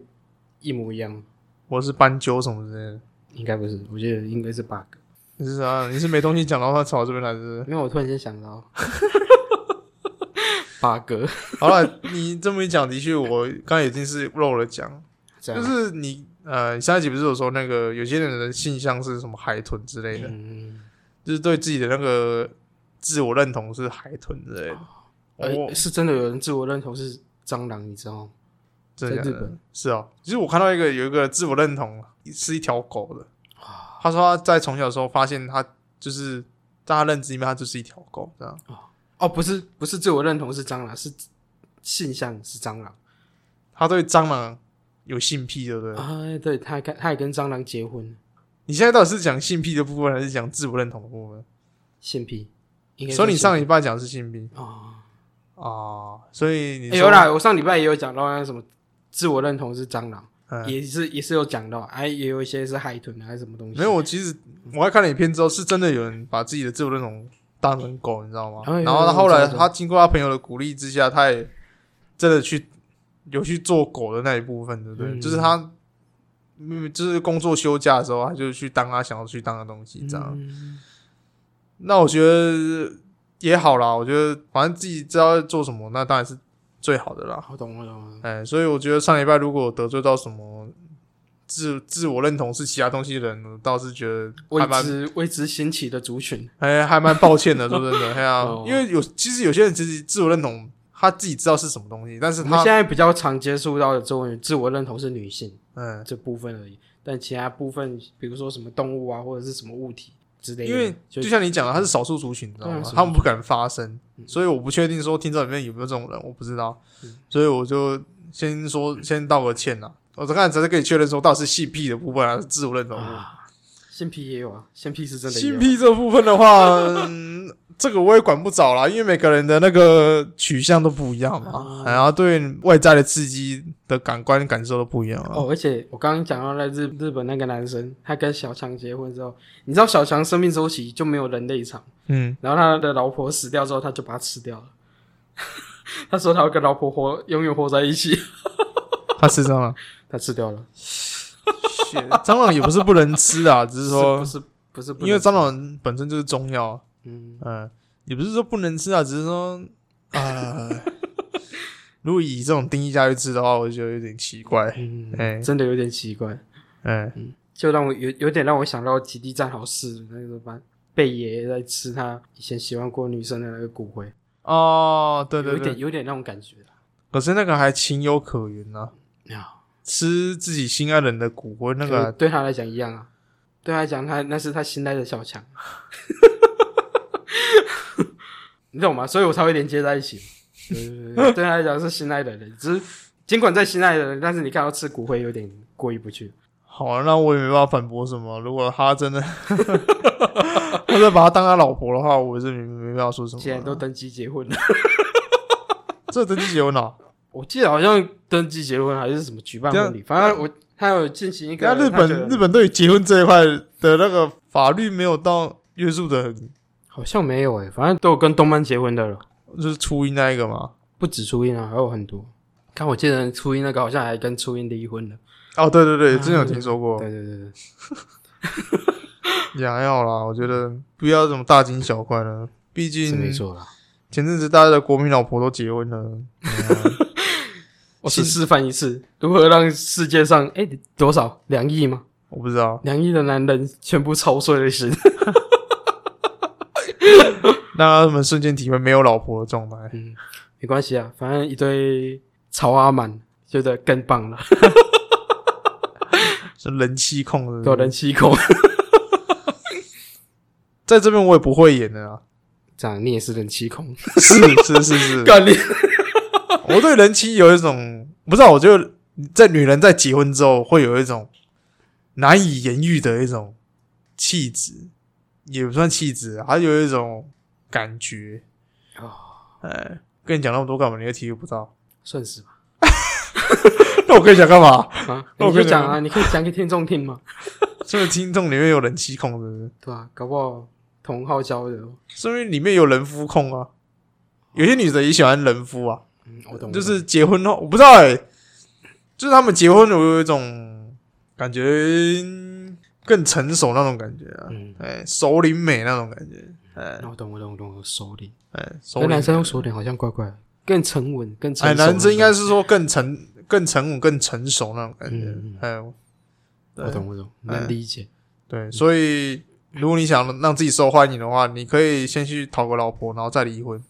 Speaker 3: 一模一样，
Speaker 2: 我是斑鸠什么之类的。
Speaker 3: 应该不是，我记得应该是 bug。
Speaker 2: 你是啥？你是没东西讲，然后他朝这边来是不是？
Speaker 3: 因为我突然间想到 bug，
Speaker 2: 好了，你这么一讲，的确，我刚才已经是漏了讲，
Speaker 3: 这
Speaker 2: 就
Speaker 3: 样，
Speaker 2: 是你呃，上一集不是有说那个有些人的性向是什么海豚之类的，
Speaker 3: 嗯，
Speaker 2: 就是对自己的那个自我认同是海豚之类的。我
Speaker 3: 呃，是真的有人自我认同是蟑螂，你知道吗？
Speaker 2: 真的
Speaker 3: 在
Speaker 2: 假
Speaker 3: 日
Speaker 2: 的
Speaker 3: 本
Speaker 2: 是哦，其实我看到一个有一个自我认同是一条狗的，他说他在从小的时候发现他就是在他认知里面他就是一条狗这样，
Speaker 3: 哦，不是，不是自我认同是蟑螂，是性向是蟑螂。
Speaker 2: 他对蟑螂有性癖，对不对？
Speaker 3: 啊，对，他还跟他也跟蟑螂结婚，
Speaker 2: 你现在到底是讲性癖的部分，还是讲自我认同的部分？
Speaker 3: 性癖。应该
Speaker 2: 所以你
Speaker 3: 算
Speaker 2: 上
Speaker 3: 性
Speaker 2: 礼拜讲的是性癖
Speaker 3: 癖哦，
Speaker 2: 啊，所以你说
Speaker 3: 欸有啦，我上礼拜也有讲到那啊什么自我认同是蟑螂。
Speaker 2: 嗯
Speaker 3: 也是也是有讲到，哎、也有一些是海豚啊，还是什么东西。
Speaker 2: 没有，，我其实我在看了影片之后，是真的有人把自己的自我认同当成狗，你知道吗？
Speaker 3: 哎
Speaker 2: 然后
Speaker 3: 有
Speaker 2: 他
Speaker 3: 有
Speaker 2: 后来
Speaker 3: 有有
Speaker 2: 他经过他朋友的鼓励之下，他也真的去有去做狗的那一部分，对不对？
Speaker 3: 嗯
Speaker 2: 就是他，嗯，就是工作休假的时候，他就去当他想要去当的东西，这样。
Speaker 3: 嗯、
Speaker 2: 那我觉得也好啦，我觉得反正自己知道在做什么，那当然是最好的啦。
Speaker 3: 我懂我懂了。
Speaker 2: 哎，所以我觉得上礼拜如果有得罪到什么自自我认同是其他东西的人，我倒是觉得还
Speaker 3: 未
Speaker 2: 蛮
Speaker 3: 知未知兴起的族群，
Speaker 2: 哎，还蛮抱歉的，说真 的，哎呀
Speaker 3: 哦，
Speaker 2: 因为有其实有些人其实自我认同，他自己知道是什么东西，但是
Speaker 3: 我们
Speaker 2: 他
Speaker 3: 现在比较常接触到的中文自我认同是女性
Speaker 2: 嗯，
Speaker 3: 这部分而已，但其他部分，比如说什么动物啊，或者是什么物体之类的，
Speaker 2: 因为
Speaker 3: 就
Speaker 2: 就像你讲的，他是少数族群，你知道
Speaker 3: 对
Speaker 2: 吗
Speaker 3: 啊少？数
Speaker 2: 他们不敢发声，
Speaker 3: 嗯
Speaker 2: 所以我不确定说听众里面有没有这种人，我不知道
Speaker 3: 嗯，
Speaker 2: 所以我就先说先道个歉啦。我刚才才是可以确认说到底是性癖的部分还是自我认同的部分。
Speaker 3: 啊，线 P 也有啊，线 P 是真的也
Speaker 2: 性
Speaker 3: 有。
Speaker 2: 癖这部分的话、嗯这个我也管不着啦，因为每个人的那个取向都不一样嘛，
Speaker 3: 啊
Speaker 2: 然后对外在的刺激的感官感受都不一样啊。
Speaker 3: 哦，而且我刚刚讲到那日日本那个男生，他跟小强结婚之后，你知道小强生命周期就没有人类长，
Speaker 2: 嗯，
Speaker 3: 然后他的老婆死掉之后，他就把他吃掉了。 他说他要跟老婆活永远活在一起，
Speaker 2: 他吃蟑螂，
Speaker 3: 他吃掉了。
Speaker 2: 蟑螂也不是不能吃啊，只是说
Speaker 3: 不是不是不是，
Speaker 2: 因为蟑螂本身就是中药啊，
Speaker 3: 嗯，
Speaker 2: 嗯，也不是说不能吃啊，只是说啊、 如果以这种定义下去吃的话，我就觉得有点奇怪。
Speaker 3: 嗯
Speaker 2: 哎
Speaker 3: 真的有点奇怪，
Speaker 2: 嗯，
Speaker 3: 就让我有有点让我想到《极地战好四》那个班贝爷在吃他以前喜欢过女生的那个骨灰，
Speaker 2: 哦，对对
Speaker 3: 有一点
Speaker 2: 对，
Speaker 3: 有点那种感觉啦
Speaker 2: 可是那个还情有可原啊。
Speaker 3: 啊。
Speaker 2: 吃自己心爱人的骨灰，那
Speaker 3: 就
Speaker 2: 个
Speaker 3: 对他来讲一样啊，对他来讲，他那是他心爱的小强， 你懂吗？所以我才会连接在一起。对对对，对他来讲是心爱的人，只是尽管在心爱的人，但是你看到吃骨灰有点过意不去。
Speaker 2: 好、啊，那我也没办法反驳什么。如果他真的， 或者把他当他老婆的话，我是没没办法说什
Speaker 3: 现在
Speaker 2: 么
Speaker 3: 都
Speaker 2: 了。
Speaker 3: 登记结婚了，
Speaker 2: 这登记结婚了，
Speaker 3: 我记得好像登记结婚还是什么举办婚礼，反正我他有进行一个
Speaker 2: 那日
Speaker 3: 他觉得
Speaker 2: 本日本对于结婚这一块的那个法律没有到约束的很，
Speaker 3: 好像没有诶、反正都有跟动漫结婚的了。
Speaker 2: 就是初一那一个嘛。
Speaker 3: 不止初音啊，还有很多。看我记得初音那个好像还跟初音离婚了。
Speaker 2: 哦，对对对，
Speaker 3: 啊
Speaker 2: 之前有听说过，
Speaker 3: 对对对对，
Speaker 2: 也还好啦。我觉得不要这么大惊小怪了，毕
Speaker 3: 是
Speaker 2: 竟
Speaker 3: 没错啦。
Speaker 2: 前阵子大家的国民老婆都结婚了，
Speaker 3: 我只示范一次，如何让世界上哎、多少两亿吗？
Speaker 2: 我不知道。
Speaker 3: 两亿的男人全部操碎了心。
Speaker 2: 让他们瞬间体会没有老婆的状态。
Speaker 3: 嗯， 没关系啊，反正一堆草阿满觉得更棒了，
Speaker 2: 是人气控是不是
Speaker 3: 有人气控。
Speaker 2: 在这边我也不会演 的啊，
Speaker 3: 这样你也是人气控，
Speaker 2: 是是是是，
Speaker 3: 干你！
Speaker 2: 我对人妻有一种不知道，我觉得在女人在结婚之后会有一种难以言喻的一种气质，也不算气质，还有一种感觉。
Speaker 3: 哦，
Speaker 2: 哎，跟你讲那么多干嘛？你又体会不到，
Speaker 3: 算是吧。
Speaker 2: 那我跟你讲干 嘛？
Speaker 3: 啊，
Speaker 2: 那我跟
Speaker 3: 你就
Speaker 2: 你
Speaker 3: 讲啊，你可以讲给听众听嘛，
Speaker 2: 这个听众里面有人妻控是不是？
Speaker 3: 对吧、啊搞不好同好交流。
Speaker 2: 说明里面有人夫控啊。有些女的也喜欢人夫啊，
Speaker 3: 嗯，我懂。
Speaker 2: 就是结婚后，我不知道哎、就是他们结婚，我有一种感觉嗯更成熟那种感觉啊
Speaker 3: 我，懂，嗯，
Speaker 2: 哎、熟龄美那种感觉，哎、
Speaker 3: 那我懂，我懂，我懂，我熟龄。
Speaker 2: 哎、熟
Speaker 3: 跟
Speaker 2: 龄美
Speaker 3: 男生用手点好像怪怪的，更沉啊稳，更成
Speaker 2: 哎、
Speaker 3: 熟那种。
Speaker 2: 男生应该是说更成、更沉稳、更成熟那种感觉
Speaker 3: 嗯嗯，
Speaker 2: 哎、对
Speaker 3: 我懂，我懂，
Speaker 2: 哎
Speaker 3: 能理解。
Speaker 2: 对，所以如果你想让自己受欢迎的话，你可以先去讨个老婆，然后再离婚。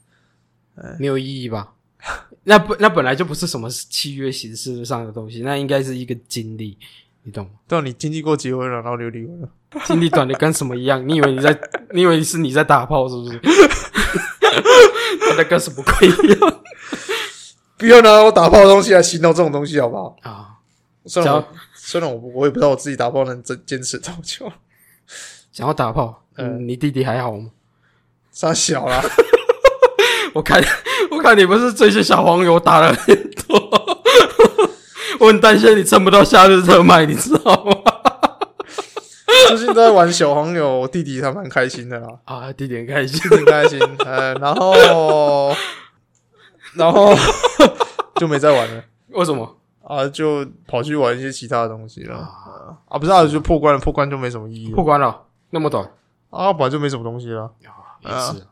Speaker 3: 没有意义吧？ 那本那本来就不是什么契约形式上的东西，那应该是一个经历，你懂吗？
Speaker 2: 但你经历过结婚了，然后就离婚了，
Speaker 3: 经历短的跟什么一样？你以为你在，你以为是你在打炮是不 是？那跟什么鬼一样
Speaker 2: 不要拿我打炮的东西来形容这种东西，好不好？
Speaker 3: 啊？
Speaker 2: 虽然我虽然我不我也不知道我自己打炮能坚坚持多久，
Speaker 3: 想要打炮，
Speaker 2: 呃
Speaker 3: 嗯，你弟弟还好吗？
Speaker 2: 傻小啊啦，
Speaker 3: 我看，我看你不是最近小黄油打了很多， 我很担心你撑不到夏日特卖，你知道吗？
Speaker 2: 最近在玩小黄牛，我弟弟他蛮开心的啦，
Speaker 3: 啊，弟弟很开心，
Speaker 2: 挺开心。呃，然后然后 就没再玩了
Speaker 3: 为什么？
Speaker 2: 啊，就跑去玩一些其他的东西了
Speaker 3: 啊，
Speaker 2: 啊，不是啊，就破关了，破关就没什么意义
Speaker 3: 破
Speaker 2: 了
Speaker 3: 关了，那么短，
Speaker 2: 啊，本来就没什么东西了。
Speaker 3: 啊，
Speaker 2: 也是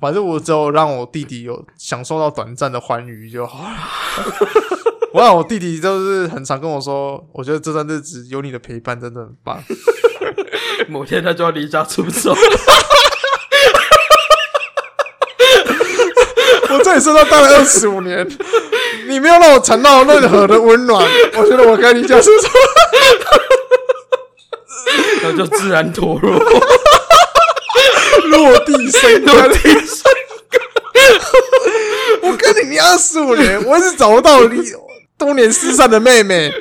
Speaker 2: 反正我只有让我弟弟有享受到短暂的欢愉就好 了。我想我弟弟就是很常跟我说，我觉得这段日子有你的陪伴真的很棒。
Speaker 3: 某天他就要离家出 走，
Speaker 2: 我在你身上待了二十五年，你没有让我尝到任何的温暖，我觉得我该离家出走。
Speaker 3: 然后就自然脱 落，
Speaker 2: 落地生
Speaker 3: 落
Speaker 2: 根。
Speaker 3: 地生
Speaker 2: 我跟你你二十五年，我一直找不到你多年失散的妹妹。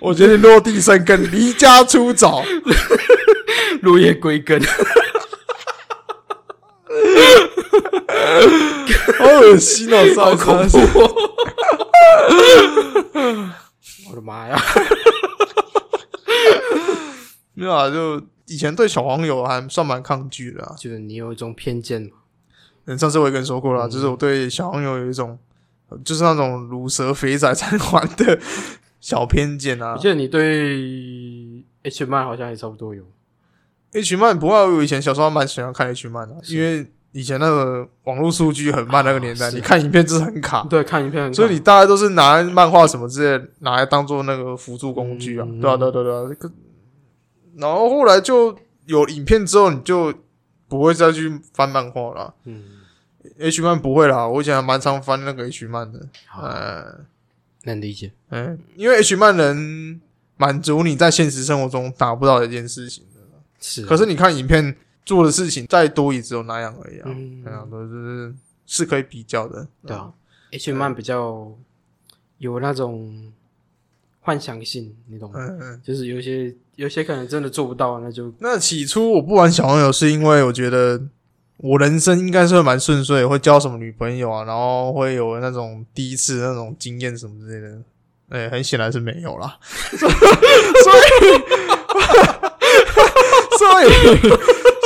Speaker 2: 我决定落地生根，离家出走。
Speaker 3: 落叶归根。
Speaker 2: 好恶心哦，
Speaker 3: 好
Speaker 2: 上
Speaker 3: 恐
Speaker 2: 怖！
Speaker 3: 怖、 我的妈呀！
Speaker 2: 没有啊，就以前对小黄油还算蛮抗拒的、啊。
Speaker 3: 就是你有一种偏见嘛，
Speaker 2: 嗯，上次我也跟你说过了啊、
Speaker 3: 嗯
Speaker 2: 就是我对小黄油有一种，呃就是那种乳蛇肥仔才玩的小偏见啊
Speaker 3: 我。记得你对 H m 好像也差不多有。
Speaker 2: H 漫不过我以前小时候还蛮喜欢看 H 漫的、啊因为以前那个网络数据很慢那个年代，
Speaker 3: 啊是嗯啊
Speaker 2: 你看影片就是很卡，
Speaker 3: 对，看影片很
Speaker 2: 所以你大家都是拿漫画什么之类的拿来当做那个辅助工具啊，
Speaker 3: 嗯
Speaker 2: 对啊，对啊对啊对啊。可然后后来就有影片之后，你就不会再去翻漫画了啊。
Speaker 3: 嗯，
Speaker 2: H 漫不会啦，我以前还蛮常翻那个 H 漫的，
Speaker 3: 好，
Speaker 2: 呃，
Speaker 3: 能理解。
Speaker 2: 嗯，因为 H 漫能满足你在现实生活中达不到的一件事情，
Speaker 3: 是啊，
Speaker 2: 可是你看影片做的事情再多也只有那样而已啊，
Speaker 3: 嗯
Speaker 2: 那样都是是可以比较的，
Speaker 3: 对啊，H m 比较有那种幻想性，你懂吗？
Speaker 2: 嗯，嗯嗯。
Speaker 3: 就是有些有些可能真的做不到，那就
Speaker 2: 那起初我不玩小黄友是因为我觉得我人生应该是会蛮顺遂，会交什么女朋友啊，然后会有那种第一次那种经验什么之类的，哎、很显然是没有啦，所以。所以所以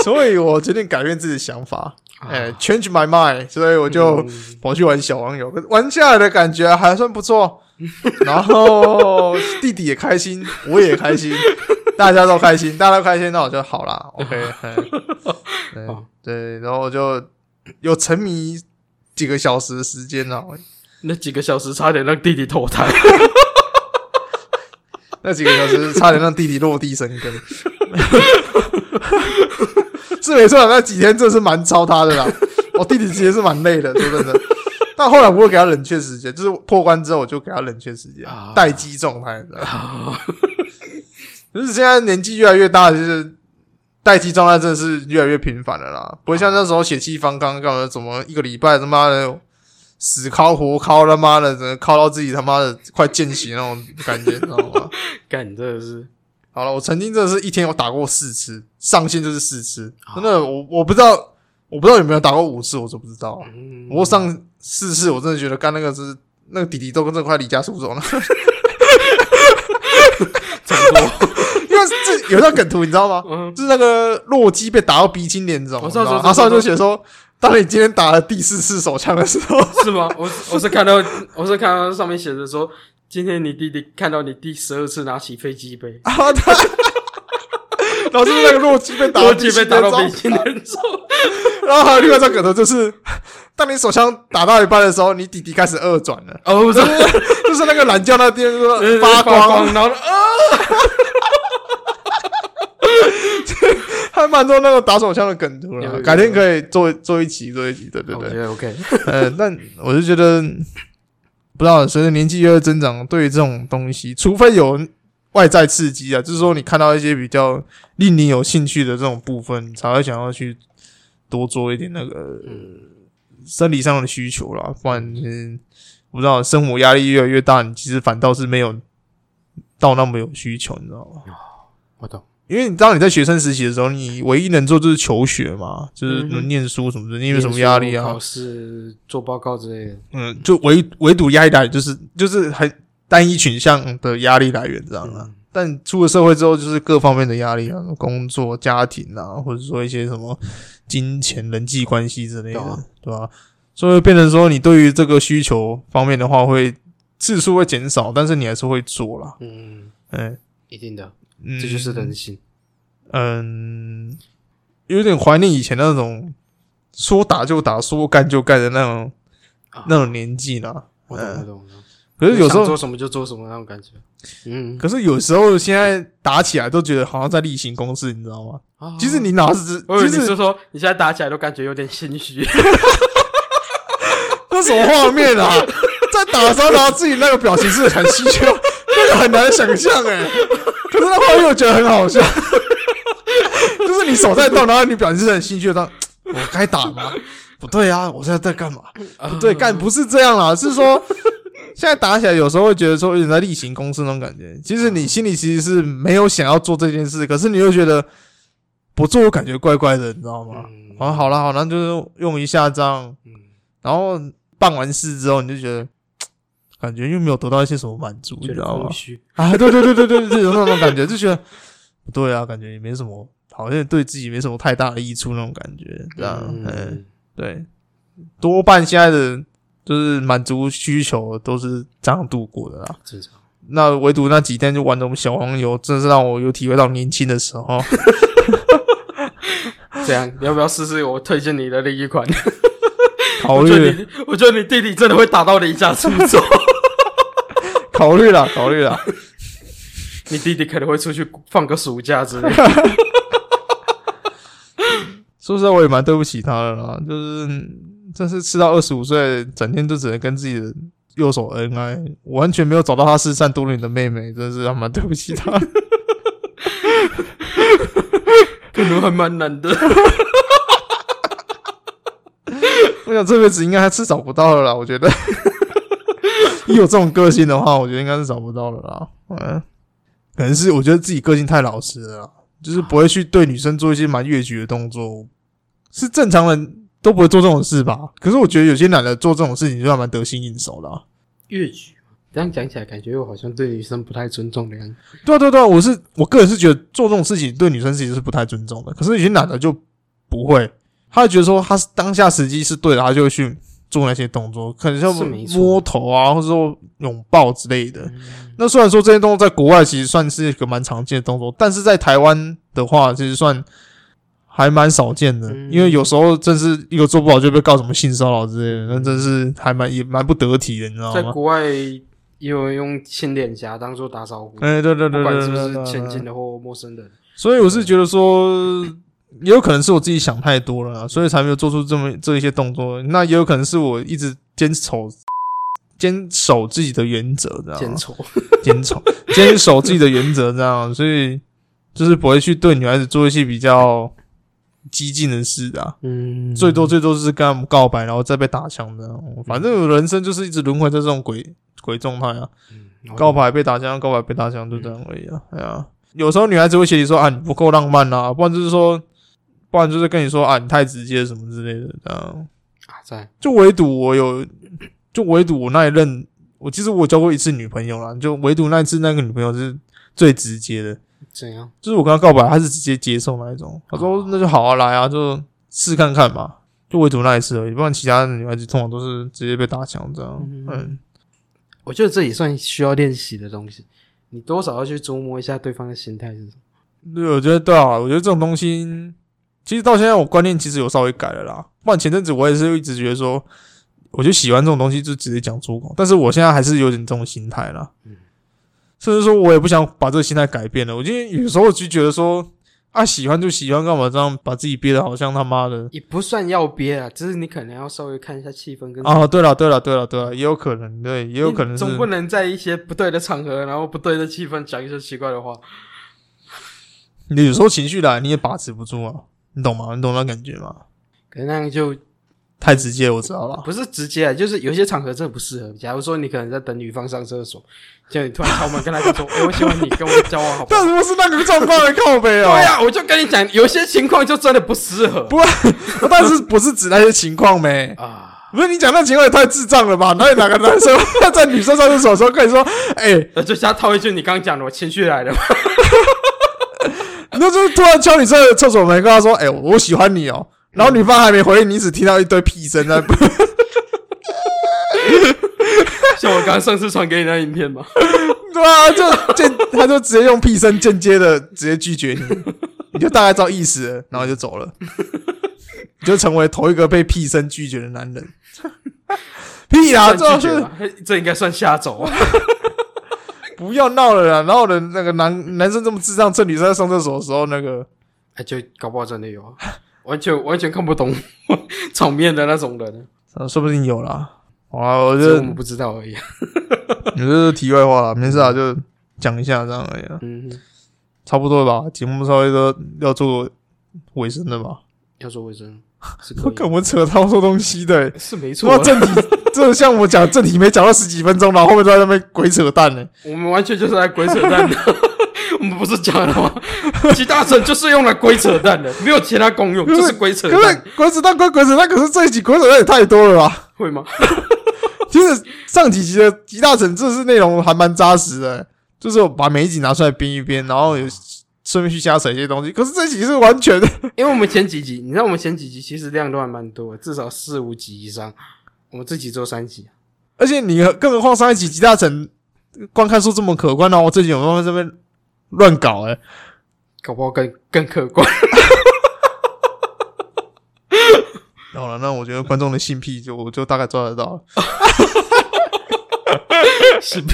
Speaker 2: 所以我决定改变自己的想法，哎、
Speaker 3: 啊
Speaker 2: c h a n g e my mind，所以我就
Speaker 3: 嗯
Speaker 2: 跑去玩小网友，玩下来的感觉还算不错，然后弟弟也开心，我也开心，大家都开心，大家都开心，那我就好啦 OK，嘿对
Speaker 3: 好
Speaker 2: 对，然后我就有沉迷几个小时的时间了，
Speaker 3: 那几个小时差点让弟弟投胎。
Speaker 2: 那几个小时差点让弟弟落地生根。 是没错啦，那几天真的是蛮超他的啦。我弟弟其实是蛮累的，说真的。但后来我会给他冷却时间，就是破关之后我就给他冷却时间
Speaker 3: 啊，
Speaker 2: 待机状态。你知道吗 就是现在年纪越来越大，就是待机状态真的是越来越频繁了啦，不会像那时候血气方刚，干嘛怎么一个礼拜他妈的死敲活敲他妈的，整个敲到自己他妈的快见血那种感觉，你知道吗？
Speaker 3: 干，真的是
Speaker 2: 好了，我曾经真的是一天有打过四次，上限就是四次，
Speaker 3: 啊
Speaker 2: 真的我我不知道我不知道有没有打过五次，我就不知道。
Speaker 3: 嗯
Speaker 2: 我上四次，我真的觉得干那个是那个弟弟都跟这快离家出 走了，
Speaker 3: 差不多。
Speaker 2: 因为这有一张梗图你知道吗？
Speaker 3: 嗯，
Speaker 2: 就是那个洛基被打到鼻青脸肿，
Speaker 3: 我
Speaker 2: 你
Speaker 3: 知
Speaker 2: 知
Speaker 3: 道
Speaker 2: 道吗
Speaker 3: 知
Speaker 2: 他
Speaker 3: 道
Speaker 2: 哦上面就
Speaker 3: 知
Speaker 2: 写说，当你今天打了第四次手枪的时候，
Speaker 3: 是吗？我我是看到我是看到上面写着说，今天你弟弟看到你第十二次拿起飞机杯，
Speaker 2: 啊，他， 然后就是那个洛基被打
Speaker 3: 多
Speaker 2: 到
Speaker 3: 几
Speaker 2: 鼻
Speaker 3: 被
Speaker 2: 青
Speaker 3: 打
Speaker 2: 脸
Speaker 3: 到
Speaker 2: 肿
Speaker 3: 北，京人中。
Speaker 2: 然后还有另外一张梗图就是， 当你手枪打到一半的时候，你弟弟开始二转了。
Speaker 3: 哦，不是，
Speaker 2: 就是那个懒觉那边 说
Speaker 3: 呃
Speaker 2: 发光，，
Speaker 3: 然后啊，
Speaker 2: 还蛮多那个打手枪的梗图
Speaker 3: 有
Speaker 2: 了
Speaker 3: 有。
Speaker 2: 改天可以做做一期，做一期，对对
Speaker 3: 我觉
Speaker 2: 对。
Speaker 3: 得 OK，
Speaker 2: 呃，但我就觉得，不知道随着年纪越来越增长，对于这种东西，除非有外在刺激啊，就是说你看到一些比较令你有兴趣的这种部分，你才会想要去多做一点那个
Speaker 3: 嗯，
Speaker 2: 生理上的需求啦。不然其实，我不知道生活压力越来越大，你其实反倒是没有到那么有需求，你知道吗？
Speaker 3: 我懂，
Speaker 2: 因为你知道你在学生时期的时候，你唯一能做就是求学嘛，就是
Speaker 3: 嗯哼
Speaker 2: 念书什么的，你有什么压力
Speaker 3: 考
Speaker 2: 啊？
Speaker 3: 试、做报告之类的，
Speaker 2: 嗯，就唯唯独压力来源就是就是很单一倾向的压力来源这样啊。
Speaker 3: 嗯
Speaker 2: 但出了社会之后，就是各方面的压力啊，工作、家庭啊，或者说一些什么金钱、人际关系之类的，
Speaker 3: 对啊
Speaker 2: 对吧、所以变成说，你对于这个需求方面的话会，次数会减少，但是你还是会做啦。
Speaker 3: 嗯，
Speaker 2: 嗯、
Speaker 3: 一定的，
Speaker 2: 嗯，
Speaker 3: 这就是人性。
Speaker 2: 嗯，有点怀念以前那种说打就打、说干就干的那种、
Speaker 3: 啊
Speaker 2: 那种年纪啦。
Speaker 3: 我懂，
Speaker 2: 嗯
Speaker 3: 我懂，我懂。
Speaker 2: 可是有时
Speaker 3: 想
Speaker 2: 候，
Speaker 3: 做什么就做什么那种感觉，嗯，
Speaker 2: 可是有时候现在打起来都觉得好像在例行公事，你知道吗？
Speaker 3: 啊
Speaker 2: 其实你哪是
Speaker 3: 我以为
Speaker 2: 其
Speaker 3: 哦你
Speaker 2: 实
Speaker 3: 是说你现在打起来都感觉有点心 虚，
Speaker 2: 那什么画面啊？在打的时候，然后自己那个表情是很稀缺， 那个很难想象哎、可是那画面我觉得很好笑， 就是你手在动，然后你表情是很稀缺的，我该啊打吗？不对啊，我现在在干嘛？不对，干不是这样啦，是说现在打起来有时候会觉得说有点在例行公事那种感觉。其实你心里其实是没有想要做这件事，可是你又觉得不做我感觉怪怪的，你知道吗？
Speaker 3: 嗯
Speaker 2: 然后好了好了，那就是用一下这样，
Speaker 3: 嗯，
Speaker 2: 然后办完事之后你就觉得。嘖感觉又没有得到一些什么满足，你
Speaker 3: 觉
Speaker 2: 知
Speaker 3: 得
Speaker 2: 道吗
Speaker 3: 空？虚，
Speaker 2: 啊，对 对对对对对，有那种感觉，就觉得不对啊，感觉也没什么，好像对自己没什么太大的益处那种感觉，这样，嗯、
Speaker 3: 嗯，
Speaker 2: 对，多半现在的就是满足需求都是这样度过的啦。
Speaker 3: 正常。
Speaker 2: 那唯独那几天就玩那种小黄油，真是让我有体会到年轻的时候。
Speaker 3: 这样，你要不要试试我推荐你的另一款？
Speaker 2: 考
Speaker 3: 我觉得
Speaker 2: 虑
Speaker 3: 你，我觉得你弟弟真的会打到你家出 走，
Speaker 2: 考虑了，考虑了。
Speaker 3: 你弟弟可能会出去放个暑假 之类的。
Speaker 2: 说实在，我也蛮对不起他的啦，就是嗯真是吃到二十五岁，整天就只能跟自己的右手恩爱，我完全没有找到他失散多年的妹妹，真是还蛮对不起他。
Speaker 3: 可能还蛮难的。
Speaker 2: 我想这辈子应该还是找不到了啦，我觉得。以我这种个性的话，我觉得应该是找不到了啦。嗯，可能是我觉得自己个性太老实了啦，就是不会去对女生做一些蛮越矩的动作，是正常人都不会做这种事吧？可是我觉得有些男的做这种事情就还蛮得心应手啦。
Speaker 3: 越剧这样讲起来，感觉又好像对女生不太尊重的样子。
Speaker 2: 对啊，对啊，对啊，我是我个人是觉得做这种事情对女生其实是不太尊重的。可是有些男的就不会，他就觉得说他是当下时机是对的，他就会去做那些动作，可能像
Speaker 3: 是没错
Speaker 2: 摸头啊，或者说拥抱之类的。那虽啊然说这些动作在国外其实算是一个蛮常见的动作，但是在台湾的话，其实算还蛮少见的，
Speaker 3: 嗯
Speaker 2: 因为有时候真是一个做不好就被告什么性骚扰之类的，那真是还蛮也蛮不得体的，你知道
Speaker 3: 在
Speaker 2: 吗？
Speaker 3: 国外，也有用亲脸颊当做打招呼，
Speaker 2: 哎、对对
Speaker 3: 不
Speaker 2: 对对
Speaker 3: 管
Speaker 2: 对
Speaker 3: 是不
Speaker 2: 对
Speaker 3: 是
Speaker 2: 对
Speaker 3: 前
Speaker 2: 对
Speaker 3: 进的或陌生人。
Speaker 2: 所以我是觉得说，也有可能是我自己想太多了啦，所以才没有做出这么这一些动作。那也有可能是我一直坚守坚守自己的原则，这
Speaker 3: 见
Speaker 2: 样
Speaker 3: 丑，
Speaker 2: 坚守坚守自己的原则，这样，所以就是不会去对女孩子做一些比较激进的事啊。
Speaker 3: 嗯
Speaker 2: 最多最多就是跟他们告白，然后再被打枪这样。反正我人生就是一直轮回在这种鬼鬼状态啊。
Speaker 3: 嗯
Speaker 2: 告白被打枪，告白被打枪，就这样而已啊。哎呀，有时候女孩子会嫌你说啊你不够浪漫啊，不然就是说，不然就是跟你说啊你太直接什么之类的。这样，
Speaker 3: 啊，在
Speaker 2: 就唯独我有，就唯独我那一任，我其实我交过一次女朋友啦，就唯独那一次那个女朋友是最直接的，
Speaker 3: 怎样？
Speaker 2: 就是我跟她告白，她是直接接受那一种。她说
Speaker 3: 哦
Speaker 2: 那就好啊，来啊，就试看看嘛。就唯独那一次而已，不然其他的女孩子通常都是直接被打枪这样。
Speaker 3: 嗯
Speaker 2: 嗯，
Speaker 3: 我觉得这也算需要练习的东西，你多少要去琢磨一下对方的心态是什么。
Speaker 2: 对，我觉得对啊，我觉得这种东西，其实到现在我观念其实有稍微改了啦。不然前阵子我也是一直觉得说，我就喜欢这种东西，就直接讲出口。但是我现在还是有点这种心态啦，
Speaker 3: 嗯
Speaker 2: 甚至说我也不想把这个心态改变了。我今天有时候就觉得说，啊，喜欢就喜欢，干嘛这样把自己憋得好像他妈的
Speaker 3: 也不算要憋啊，只是你可能要稍微看一下气氛跟，
Speaker 2: 啊？对了，对了，对了，对了，也有可能，对，也有可能
Speaker 3: 嗯你
Speaker 2: 是
Speaker 3: 总不能在一些不对的场合，然后不对的气氛讲一些奇怪的话。
Speaker 2: 你有时候情绪来，你也把持不住啊，你懂吗？你懂那感觉吗？
Speaker 3: 可能那样就
Speaker 2: 太直接，我知道了。
Speaker 3: 不是直接啊，就是有些场合真的不适合。假如说你可能在等女方上厕所，结果你突然敲门跟她讲说：“哎、我喜欢你，跟我交往好不好
Speaker 2: 但如果是那个状况的靠背？”
Speaker 3: 对
Speaker 2: 啊，
Speaker 3: 啊，我就跟你讲，有些情况就真的不适 合
Speaker 2: 不但是不是指那些情况没？
Speaker 3: 啊。
Speaker 2: 不是你讲那情况也太智障了吧？哪有哪个男生 会在女生上厕所的时候跟你说，哎、
Speaker 3: 那就加套一句你刚刚讲的，我情绪来了。
Speaker 2: 你就就是突然敲女生的厕所门，跟她说，哎、我喜欢你哦、
Speaker 3: 嗯
Speaker 2: 然后女方还没回应，你只听到一堆屁声 在。
Speaker 3: 像我刚刚上次传给你那影 片嘛，
Speaker 2: 对啊，就间他就直接用屁声间接的直接拒绝 你，你就大概知道意思了，然后就走了，你就成为头一个被屁声拒绝的男 人。屁啦，这
Speaker 3: 算拒
Speaker 2: 是
Speaker 3: 绝吧，啊这应该算下走啊。
Speaker 2: 不要闹了啦！然后呢，那个男男生这么智障，趁女生在上厕所的时候，那个
Speaker 3: 哎，就搞不好真的有啊，完全完全看不懂 场面的那种人，
Speaker 2: 啊说不定有啦。好啦，我
Speaker 3: 只是
Speaker 2: 就
Speaker 3: 我们不知道而已。啊
Speaker 2: 你这是题外话啦，没事啊，就讲一下这样而已啊，
Speaker 3: 嗯，
Speaker 2: 差不多了吧？节目稍微都要做尾声了吧？
Speaker 3: 要说卫生是可
Speaker 2: 我
Speaker 3: 以
Speaker 2: 跟我扯超多东西的欸、
Speaker 3: 的，是没错
Speaker 2: 说
Speaker 3: 啊
Speaker 2: 到。正题，这像我讲正题没讲到十几分钟，然后后面都在那边鬼扯淡欸呢、
Speaker 3: 我们完全就是来鬼扯淡的。 我们不是讲了吗？其大神就是用来鬼扯淡的，没有其他功用，
Speaker 2: 可是
Speaker 3: 就是鬼扯
Speaker 2: 可是
Speaker 3: 淡，
Speaker 2: 鬼扯淡归鬼扯淡，可是这一集鬼扯淡也太多了吧？
Speaker 3: 会吗？
Speaker 2: 其实上几集的集大成这是内容还蛮扎实的、就是我把每一集拿出来编一编，然后有顺便去瞎扯一些东西。可是这集是完全
Speaker 3: 因为我们前几集，你知道我们前几集其实量都还蛮多的，至少四五集以上。我们这集做三集，啊
Speaker 2: 而且你更何况上一集集大成观看数这么可观，然后我这集有没有在这边乱搞、欸？
Speaker 3: 搞不好更更客观。
Speaker 2: 好了，那我觉得观众的性癖就我就大概抓得到了。
Speaker 3: 是被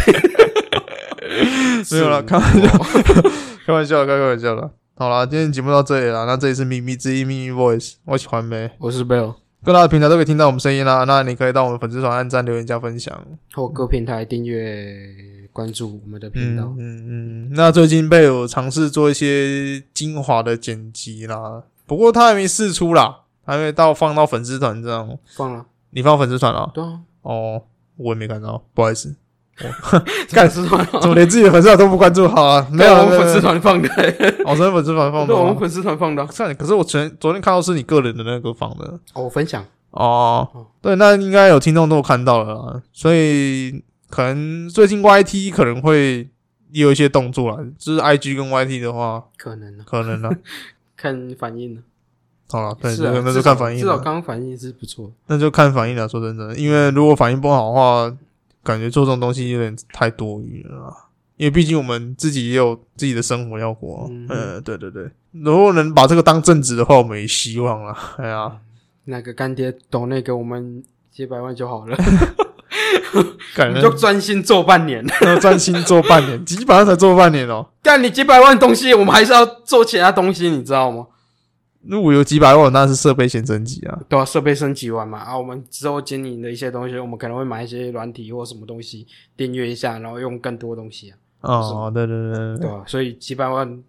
Speaker 2: 没有了，开玩笑， 开玩笑，开玩笑了。好了，今天节目到这里了。那这里是秘密之一秘密 Voice，我喜欢呗。
Speaker 3: 我是 Bill，
Speaker 2: 各大平台都可以听到我们声音啦。那你可以到我们粉丝团按赞、留言、加分享。
Speaker 3: 透各平台订阅关注我们的频
Speaker 2: 嗯
Speaker 3: 道
Speaker 2: 嗯。嗯。那最近被我尝试做一些精华的剪辑啦，不过他还没试出啦，还没到放到粉丝团这样。
Speaker 3: 放了，
Speaker 2: 你放粉丝团了？
Speaker 3: 对啊，
Speaker 2: 哦，我也没看到，不好意思，
Speaker 3: 干丝团啊，
Speaker 2: 怎么连自己的粉丝团都不关注？好 啊， 没有
Speaker 3: 干
Speaker 2: 没
Speaker 3: 我们
Speaker 2: 有
Speaker 3: 粉丝
Speaker 2: 没
Speaker 3: 团放的，
Speaker 2: 有哦，昨天粉丝团放的
Speaker 3: 对，我
Speaker 2: 吗
Speaker 3: 们？粉丝团放的啊。
Speaker 2: 算了，可是我昨昨天看到是你个人的那个放的
Speaker 3: 哦，我分享，
Speaker 2: 哦
Speaker 3: 哦，
Speaker 2: 对，那应该有听众都有看到了啦，所以可能最近 YT 可能会也有一些动作啦，啊就是 IG 跟 YT 的话，
Speaker 3: 可能啊，
Speaker 2: 可能 啦。
Speaker 3: 看反应呢。啊
Speaker 2: 好了，对，
Speaker 3: 是啊
Speaker 2: 那，那
Speaker 3: 至
Speaker 2: 就
Speaker 3: 少
Speaker 2: 看反应
Speaker 3: 至少
Speaker 2: 了，
Speaker 3: 刚刚反应是不错。
Speaker 2: 那就看反应了。说真的，因为如果反应不好的话，感觉做这种东西有点太多余了啦。因为毕竟我们自己也有自己的生活要过，
Speaker 3: 嗯
Speaker 2: 呃，对对对，如果能把这个当正职的话，我们也希望啦。哎呀，
Speaker 3: 那个干爹懂那个，我们几百万就好了，
Speaker 2: 感
Speaker 3: 你
Speaker 2: 觉
Speaker 3: 就专心做半年。
Speaker 2: 要专心做半年，基本上才做半年哦。
Speaker 3: 干你几百万东西，我们还是要做其他东西，你知道吗？
Speaker 2: 如果有几百万，那是设备先升级啊。
Speaker 3: 对啊，设备升级完嘛，啊，我们之后经营的一些东西，我们可能会买一些软体或什么东西订阅一下，然后用更多东西啊，
Speaker 2: 哦，对对对
Speaker 3: 对
Speaker 2: 对，
Speaker 3: 吧、所以几百万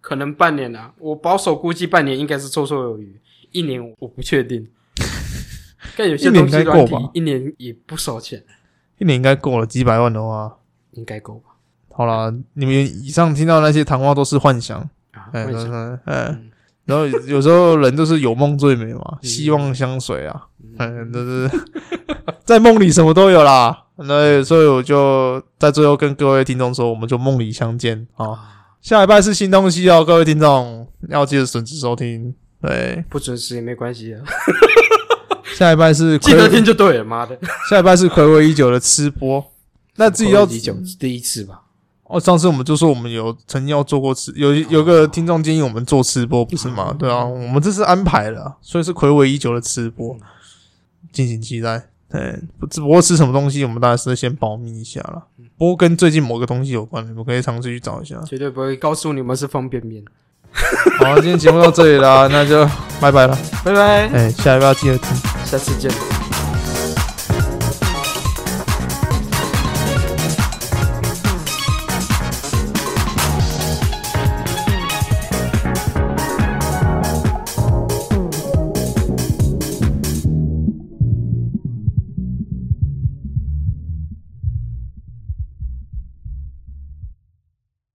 Speaker 3: 可能半年啊，我保守估计半年应该是绰绰有余，一年我不 确定。但有些东西
Speaker 2: 一年应该
Speaker 3: 软
Speaker 2: 够
Speaker 3: 体
Speaker 2: 吧
Speaker 3: 一年也不少钱，
Speaker 2: 一年应该够了，几百万的话。
Speaker 3: 应该够吧？
Speaker 2: 好啦，你们以上听到的那些谈话都是幻想，
Speaker 3: 啊，
Speaker 2: 哎，
Speaker 3: 幻想
Speaker 2: 嗯，哎
Speaker 3: 嗯
Speaker 2: 然后有时候人都是有梦最美嘛，
Speaker 3: 嗯
Speaker 2: 希望相随啊，嗯，就是 在梦里什么都有啦。
Speaker 3: 嗯
Speaker 2: 那所以我就在最后跟各位听众说，我们就梦里相见啊！
Speaker 3: 啊，
Speaker 2: 下礼拜是新东西哦，各位听众要记得准时收听。对，
Speaker 3: 不准时也没关 系的，
Speaker 2: 下一拜是
Speaker 3: 记得
Speaker 2: 暌
Speaker 3: 听就对了，妈的，
Speaker 2: 下一拜是暌违已久的吃播。那自己 要
Speaker 3: 第九第一次 吧。
Speaker 2: 哦，上次我们就说我们有曾经要做过吃，有有个听众建议我们做吃播，不是吗？对啊，我们这次安排了，所以是暌违已久的吃播，敬请期待。嗯对，不只不过吃什么东西，我们大概是先保密一下啦。不过跟最近某个东西有关，你们可以尝试去找一下。
Speaker 3: 绝对不会告诉你们是方便面。
Speaker 2: 好，今天节目到这里啦，那就拜拜了。
Speaker 3: 拜拜，
Speaker 2: 哎、下一拜要记得听。
Speaker 3: 下次见。